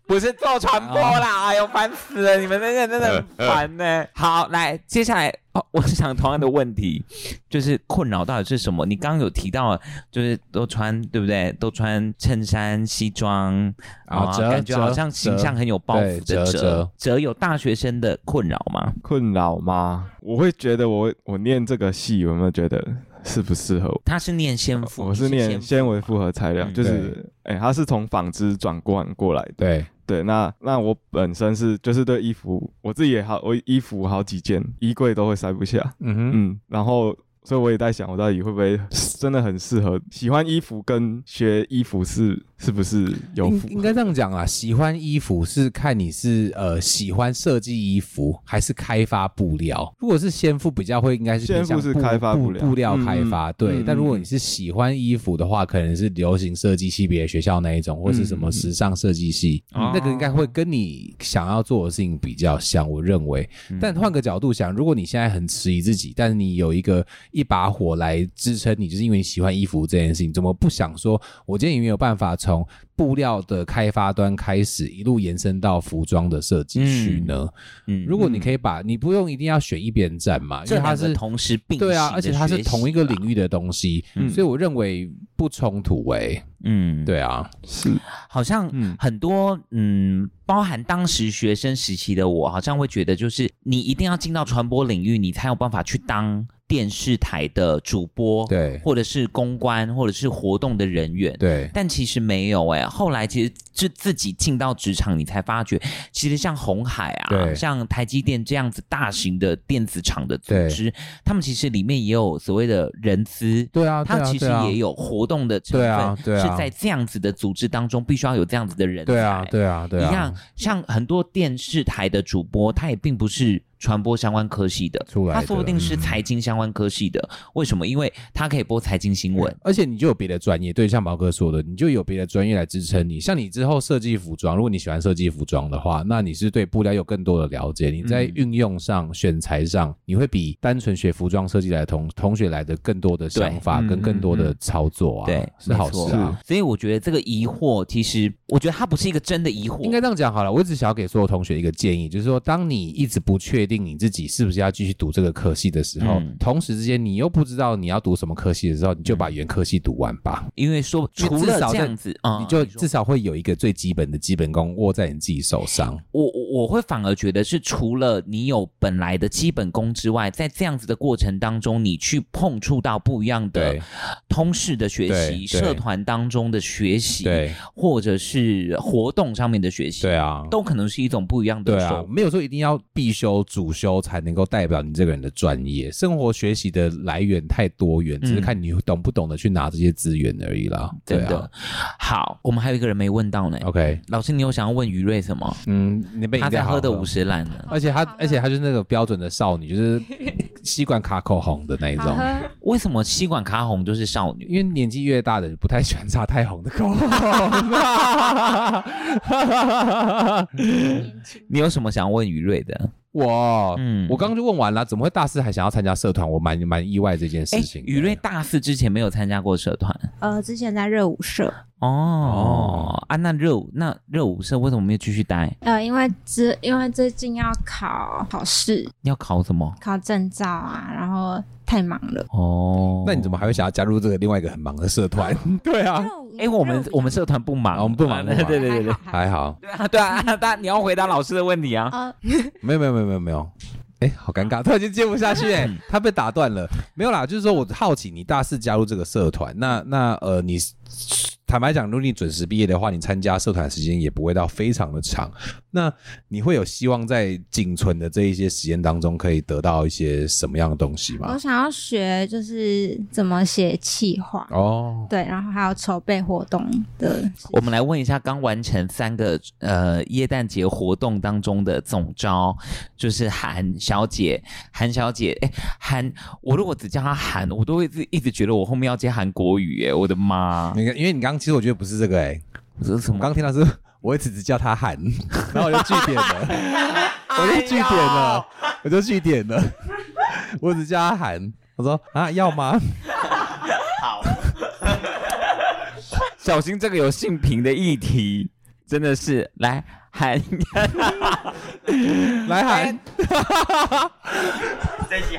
Speaker 2: 不是做传播啦，哎呦，烦死了！你们那个真的很烦呢、好，来，接下来哦，我想同样的问题，就是困扰到底是什么？你刚刚有提到，啊就是都穿对不对？都穿衬衫、西装
Speaker 3: 啊折
Speaker 2: 感觉好像
Speaker 3: 折
Speaker 2: 形象很有包袱
Speaker 3: 对折
Speaker 2: 的
Speaker 3: 折
Speaker 2: 折有大学生的困扰吗？
Speaker 8: 困扰吗？我会觉得我我念这个系有没有觉得适不适合我？
Speaker 2: 他是念先
Speaker 8: 我我是念纤维复合材料，
Speaker 2: 嗯
Speaker 8: 就是哎、它是从纺织转换过来的。
Speaker 3: 对
Speaker 8: 对，那那我本身是就是对衣服，我自己也好，我衣服好几件，衣柜都会塞不下。
Speaker 3: 嗯哼
Speaker 8: 嗯，然后所以我也在想，我到底会不会 真的很适合喜欢衣服跟学衣服是是不是有
Speaker 3: 应应该这样讲啊，喜欢衣服是看你是呃喜欢设计衣服还是开发布料。如果是先付比较会，应该是偏向
Speaker 8: 先付是开发
Speaker 3: 布
Speaker 8: 布料
Speaker 3: 布料开
Speaker 8: 嗯
Speaker 3: 发
Speaker 8: 嗯
Speaker 3: 对
Speaker 8: 嗯。
Speaker 3: 但如果你是喜欢衣服的话，可能是流行设计系别的学校那一种，或是什
Speaker 8: 嗯
Speaker 3: 么时尚设计系，
Speaker 8: 哦
Speaker 2: 嗯
Speaker 3: 那个应该会跟你想要做的事情比较像，我认为。
Speaker 2: 嗯
Speaker 3: 但换个角度想，如果你现在很迟疑自己，但是你有一个一把火来支撑你，就是因为你喜欢衣服这件事情，怎么不想说，我今天也没有办法从布料的开发端开始，一路延伸到服装的设计去呢？
Speaker 2: 嗯，
Speaker 3: 如果你可以把，你不用一定要选一边站嘛，因
Speaker 2: 这
Speaker 3: 为它
Speaker 2: 啊两个
Speaker 3: 是
Speaker 2: 同时并
Speaker 3: 对啊
Speaker 2: 行，的
Speaker 3: 而且它是
Speaker 2: 学习
Speaker 3: 同一个领域的东西，
Speaker 2: 嗯
Speaker 3: 所以我认为不冲突哎、
Speaker 2: 嗯，
Speaker 3: 对啊，
Speaker 8: 是
Speaker 2: 好像很多嗯，包含当时学生时期的我，好像会觉得就是你一定要进到传播领域，你才有办法去当电视台的主播，
Speaker 3: 对
Speaker 2: 或者是公关，或者是活动的人员，
Speaker 3: 对
Speaker 2: 但其实没有哎、后来其实就自己进到职场，你才发觉，其实像红海啊，
Speaker 3: 对
Speaker 2: 像台积电这样子大型的电子厂的组织，他们其实里面也有所谓的人资，
Speaker 3: 对啊
Speaker 2: 它
Speaker 3: 对啊
Speaker 2: 其实
Speaker 3: 对啊
Speaker 2: 也有活动的成分，
Speaker 3: 对啊对啊
Speaker 2: 是在这样子的组织当中，必须要有这样子的人才。
Speaker 3: 对啊，对啊，对啊，
Speaker 2: 一样，像很多电视台的主播，他也并不是传播相关科系的，
Speaker 3: 来的嗯
Speaker 2: 他说不定是财经相关科系的。为什么？因为他可以播财经新闻。
Speaker 3: 而且你就有别的专业，对，像毛哥说的，你就有别的专业来支撑你。像你之后设计服装，如果你喜欢设计服装的话，那你是对布料有更多的了解。你在
Speaker 2: 嗯
Speaker 3: 运用上、选材上，你会比单纯学服装设计来的同同学来的更多的想法
Speaker 2: 对嗯
Speaker 3: 跟更多的操作啊，
Speaker 2: 对，
Speaker 3: 是好事
Speaker 2: 没
Speaker 3: 啊
Speaker 2: 错。嗯所以我觉得这个疑惑，其实我觉得它不是一个真的疑惑，
Speaker 3: 应该这样讲好了，我只想要给所有同学一个建议，就是说，当你一直不确定你自己是不是要继续读这个科系的时候，
Speaker 2: 嗯
Speaker 3: 同时之间你又不知道你要读什么科系的时候，你就把原科系读完吧。
Speaker 2: 因为说
Speaker 3: 因为
Speaker 2: 除
Speaker 3: 至
Speaker 2: 了
Speaker 3: 少
Speaker 2: 这
Speaker 3: 在
Speaker 2: 样子啊，
Speaker 3: 你就至少会有一个最基本的基本功握在你自己手上。
Speaker 2: 我我我会反而觉得是除了你有本来的基本功之外，在这样子的过程当中，你去碰触到不一样的
Speaker 3: 对
Speaker 2: 通识的学习、
Speaker 3: 对对
Speaker 2: 社团当中的学习
Speaker 3: 对，
Speaker 2: 或者是活动上面的学习，
Speaker 3: 对啊，
Speaker 2: 都可能是一种不一样的
Speaker 3: 对
Speaker 2: 收
Speaker 3: 啊，没有说一定要必修、主修才能够代表你这个人的专业。生活学习的来源太多元，只是
Speaker 2: 嗯
Speaker 3: 看你懂不懂得去拿这些资源而已啦。对
Speaker 2: 真的、
Speaker 3: 啊哦
Speaker 2: 好，我们还有一个人没问到呢。
Speaker 3: ，OK，
Speaker 2: 老师，你有想要问于瑞什么？
Speaker 3: 嗯，你被
Speaker 2: 他
Speaker 3: 饮料
Speaker 2: 在
Speaker 3: 好
Speaker 2: 喝的
Speaker 3: 喝
Speaker 2: 五十兰呢。
Speaker 3: 而且她，而且她就是那个标准的少女，就是吸管卡口红的那一种。
Speaker 2: 为什么吸管卡红就是少女？
Speaker 3: 因为年纪越大的不太喜欢擦太红的口红。啊
Speaker 2: 你有什么想问于瑞的？
Speaker 3: 我，
Speaker 2: 嗯
Speaker 3: 我刚刚就问完了，怎么会大四还想要参加社团？我蛮蛮意外这件事
Speaker 2: 哎
Speaker 3: 情，。啊
Speaker 2: 于瑞大四之前没有参加过社团
Speaker 12: 呃，之前在热舞社，
Speaker 2: 哦啊，那热舞那热舞社为什么没有继续待？
Speaker 12: 呃，因为之因为最近要考考试，
Speaker 2: 要考什么？
Speaker 12: 考证照啊，然后太忙了。
Speaker 2: 哦，
Speaker 3: 那你怎么还会想要加入这个另外一个很忙的社 团？
Speaker 2: 对啊，哎，我们我们社团不忙，我们
Speaker 3: 哦不忙不
Speaker 2: 对
Speaker 3: 忙
Speaker 2: 对对对，
Speaker 3: 还好，哦
Speaker 2: 对啊对 啊，大你要回答老师的问题啊。
Speaker 12: 呃，
Speaker 3: 没有没有没有没有没有。哎，好尴尬，突然间接不下去哎、他被打断了。没有啦，就是说我好奇你大四加入这个社团，那那呃，你坦白讲，如果你准时毕业的话，你参加社团的时间也不会到非常的长。那你会有希望在仅存的这一些时间当中，可以得到一些什么样的东西吗？
Speaker 12: 我想要学就是怎么写企划，
Speaker 3: 哦，
Speaker 12: 对，然后还有筹备活动的。
Speaker 2: 我们来问一下刚完成三个呃耶诞节活动当中的总招，就是韩小姐，韩小姐，哎，韩，我如果只叫她韩，我都会一直一直觉得我后面要接韩国语，哎，我的妈！
Speaker 3: 你看，因为你刚刚其实我觉得不是这个哎、
Speaker 2: 是什么？
Speaker 3: 我刚听到是，我一直只叫他 喊，然后我就据点
Speaker 2: 哎
Speaker 3: 了，我就据点了，我就据点了，我只叫他喊，我说啊要 吗？
Speaker 13: 好，
Speaker 2: 小心这个有性平的议题，真的是来喊，
Speaker 3: 来喊，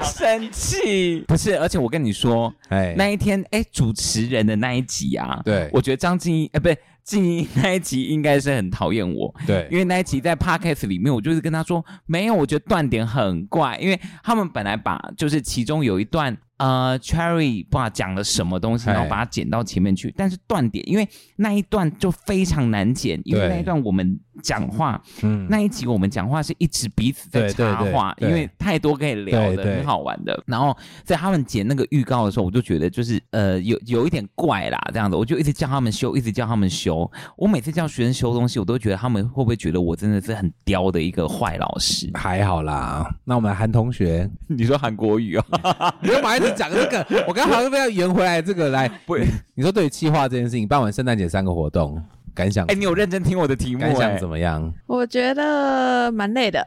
Speaker 2: 生气不是？而且我跟你说，
Speaker 3: 哎，
Speaker 2: 那一天哎，主持人的那一集啊，
Speaker 3: 对
Speaker 2: 我觉得张静怡哎，不是静怡那一集应该是很讨厌我，
Speaker 3: 对
Speaker 2: 因为那一集在 podcast 里面，我就是跟他说，没有，我觉得断点很怪，因为他们本来把就是其中有一段。呃，Cherry 不知道讲了什么东西，
Speaker 3: 哎
Speaker 2: 然后把它剪到前面去，但是断点，因为那一段就非常难剪，因为
Speaker 3: 对
Speaker 2: 那一段我们讲话，
Speaker 3: 嗯
Speaker 2: 那一集我们讲话是一直彼此在
Speaker 3: 对对
Speaker 2: 插
Speaker 3: 对
Speaker 2: 话，
Speaker 3: 对
Speaker 2: 因为太多可以聊的，
Speaker 3: 对对
Speaker 2: 很好玩的。然后在他们剪那个预告的时候，我就觉得就是呃有有一点怪啦，这样子，我就一直叫他们修，一直叫他们修。我每次叫学生修东西，我都觉得他们会不会觉得我真的是很刁的一个坏老 师？
Speaker 3: 还好啦，那我们韩同 学，
Speaker 2: 你说韩国
Speaker 3: 啊
Speaker 2: 语哦，
Speaker 3: 你干嘛一直讲这个？我刚好像要圆回来这个来，
Speaker 2: 不，
Speaker 3: 你说对于企划这件事情，办完圣诞节三个活动，感想
Speaker 2: 哎、？你有认真听我的题目、
Speaker 3: 感想
Speaker 2: 哎
Speaker 3: 怎么样？
Speaker 10: 我觉得蛮累的，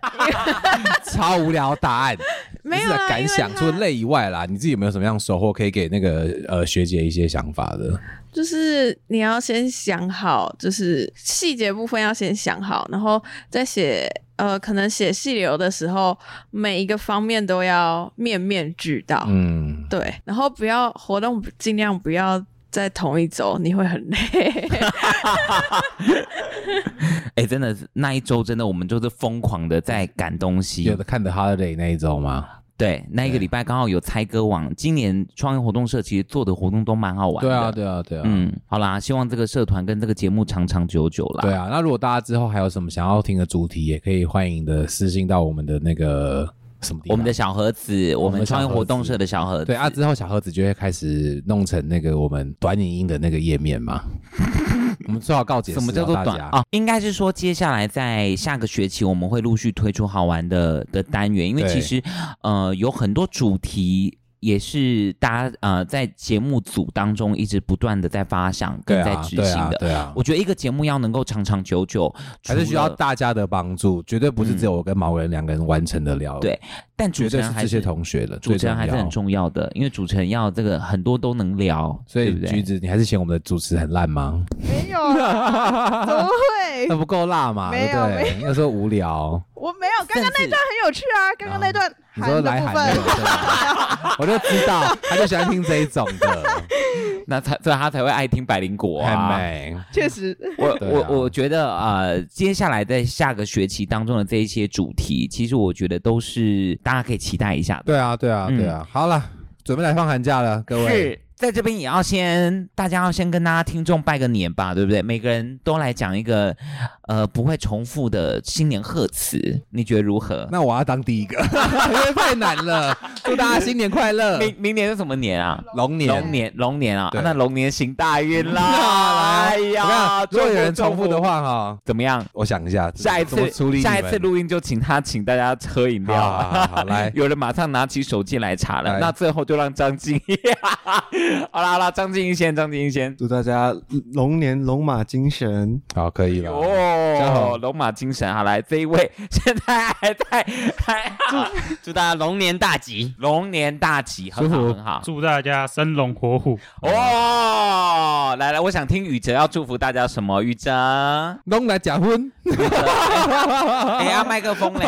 Speaker 3: 超无聊答 案，
Speaker 10: 没有
Speaker 3: 就是
Speaker 10: 啦因
Speaker 3: 感
Speaker 10: 为
Speaker 3: 想，除了累以外啦，你自己有没有什么样的收获可以给那个呃学姐一些想法的？
Speaker 10: 就是你要先想好，就是细节部分要先想好，然后再写。呃，可能写细流的时候，每一个方面都要面面俱到。
Speaker 2: 啊
Speaker 3: 嗯，
Speaker 10: 对，然后不要活动尽量不要在同一周，你会很 累。
Speaker 2: 哎、真的是那一周，真的我们就是疯狂的在赶东西。有
Speaker 3: 的看的 holiday 那一周吗？
Speaker 2: 对，那一个礼拜刚好有猜歌王。今年创业活动社其实做的活动都蛮好玩的。
Speaker 3: 对啊，对啊，对啊。
Speaker 2: 嗯，好啦，希望这个社团跟这个节目长长久久啦。
Speaker 3: 对啊，那如果大家之后还有什么想要听的主题，也可以欢迎的私信到我们的那个什么地方
Speaker 2: 我们的小盒子，我
Speaker 3: 啊
Speaker 2: 们
Speaker 3: 的小
Speaker 2: 创
Speaker 3: 盒
Speaker 2: 业
Speaker 3: 子
Speaker 2: 活动社的小盒子。
Speaker 3: 对啊，之后小盒子就会开始弄成那个我们短影音的那个页面 嘛。我们最好告解释
Speaker 2: 什么叫做
Speaker 3: 大
Speaker 2: 短
Speaker 3: 家
Speaker 2: 啊？应该是说，接下来在下个学期我们会陆续推出好玩的的单元，因为
Speaker 3: 对
Speaker 2: 其实呃有很多主题。也是大家呃在节目组当中一直不断的在发想跟
Speaker 3: 对
Speaker 2: 在
Speaker 3: 啊
Speaker 2: 执
Speaker 3: 对
Speaker 2: 行
Speaker 3: 啊
Speaker 2: 的，
Speaker 3: 对啊
Speaker 2: 我觉得一个节目要能够长长久久，
Speaker 3: 还是
Speaker 2: 除
Speaker 3: 需要
Speaker 2: 了嗯
Speaker 3: 大家的帮助，绝对不是只有我跟毛人两个人完成得了。
Speaker 2: 对，但主
Speaker 3: 绝
Speaker 2: 持
Speaker 3: 对
Speaker 2: 人
Speaker 3: 是
Speaker 2: 还
Speaker 3: 这些同学的
Speaker 2: 主持人还是很
Speaker 3: 重
Speaker 2: 重要的，因为主持人要这个很多都能聊，
Speaker 3: 所
Speaker 2: 对
Speaker 3: 以
Speaker 2: 不对
Speaker 3: 橘子，你还是嫌我们的主持很烂吗？
Speaker 9: 没有 啊，怎么会？
Speaker 3: 那不够辣嘛，
Speaker 9: 没
Speaker 3: 对
Speaker 9: 有
Speaker 3: 不
Speaker 9: 没
Speaker 3: 对？那时候无聊，
Speaker 9: 我没有，刚刚那段很有趣啊，刚刚那段
Speaker 3: 你说
Speaker 9: 韩的
Speaker 3: 来
Speaker 9: 部
Speaker 3: 喊那
Speaker 9: 分
Speaker 3: 个， 对吧我就知道他就喜欢听这一种的，
Speaker 2: 那才所以他才会爱听百灵果啊。
Speaker 3: 很美
Speaker 9: 确实，
Speaker 2: 我、
Speaker 3: 对啊
Speaker 2: 我我觉得呃，接下来在下个学期当中的这一些主题，其实我觉得都是大家可以期待一下的。
Speaker 3: 对啊，对啊，
Speaker 2: 嗯
Speaker 3: 对啊。好了，准备来放寒假了，各位
Speaker 2: 是。在这边也要先，大家要先跟大家听众拜个年吧，对不对？每个人都来讲一个，呃，不会重复的新年贺词，你觉得如何？
Speaker 3: 那我要当第一个， 因为太难了。祝大家新年快乐！
Speaker 2: 明明年是什么年啊？
Speaker 3: 龙年
Speaker 2: 龙年，龙年啊！
Speaker 3: 对
Speaker 2: 啊那龙年行大运 啦！
Speaker 3: 那
Speaker 2: 哎
Speaker 3: 我
Speaker 2: 呀
Speaker 3: 看，如果有人
Speaker 2: 祝福
Speaker 3: 重复的话，哈，
Speaker 2: 怎么样？
Speaker 3: 我想一下，
Speaker 2: 下一
Speaker 3: 怎么
Speaker 2: 次
Speaker 3: 处理你们？
Speaker 2: 下一次录音就请他请大家喝饮料。
Speaker 3: 好好好来
Speaker 2: 有人马上拿起手机来查了。
Speaker 3: 来
Speaker 2: 那最后就让张静 怡，好啦好啦，张静怡先，张静怡先。
Speaker 1: 祝大家龙年龙马精神。
Speaker 3: 好，可以了。
Speaker 1: 加
Speaker 2: 哦
Speaker 1: 油，
Speaker 2: 龙马精神，好来这一位 现在还在，还祝
Speaker 11: 祝大家龙年大吉，
Speaker 2: 龙年大吉，很好很好。
Speaker 5: 祝大家生龙活虎。
Speaker 2: 哦，来来，我想听宇哲要祝福大家什么？宇哲，
Speaker 3: 龙来假婚，
Speaker 2: 哎呀，麦克风嘞，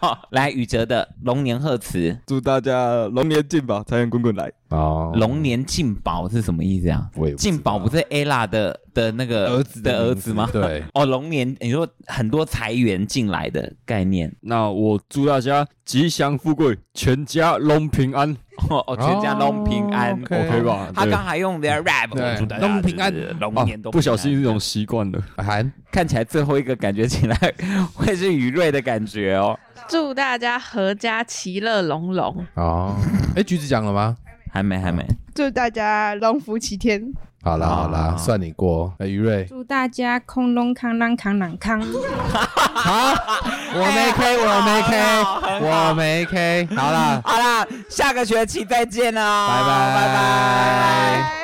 Speaker 2: 哦来宇哲的龙年贺词，
Speaker 8: 祝大家龙年进宝，财源滚滚来。
Speaker 3: 哦，
Speaker 2: 龙年进宝是什么意思啊？进宝不是 Ella 的的那个儿子的儿子吗？
Speaker 3: 对，
Speaker 2: 哦，龙年你说很多财源进来的概念，
Speaker 7: 那我祝大家吉祥富贵，全家龙平安。
Speaker 2: 哦哦，全家龙平安哦
Speaker 7: OK 吧？
Speaker 2: 他
Speaker 7: 对
Speaker 2: 刚还用 their rap，
Speaker 7: 对
Speaker 2: 祝大家
Speaker 7: 龙平安
Speaker 2: 就是龙年都
Speaker 7: 不小心是一种习惯了。
Speaker 3: 韩
Speaker 2: 看起来最后一个感觉起来会是余瑞的感觉哦。
Speaker 10: 祝大家阖家其乐融融。
Speaker 3: 哦， 哎，橘子讲了吗？
Speaker 2: 还没，还没。
Speaker 9: 祝大家龙福齐天。
Speaker 3: 好啦，好啦，算你过。哦哎，于瑞，
Speaker 6: 祝大家空隆康啷康啷康。
Speaker 3: 我没 K，我没 K，我没 K。好啦，
Speaker 2: 好啦，下个学期再见哦，
Speaker 3: 拜拜，拜拜。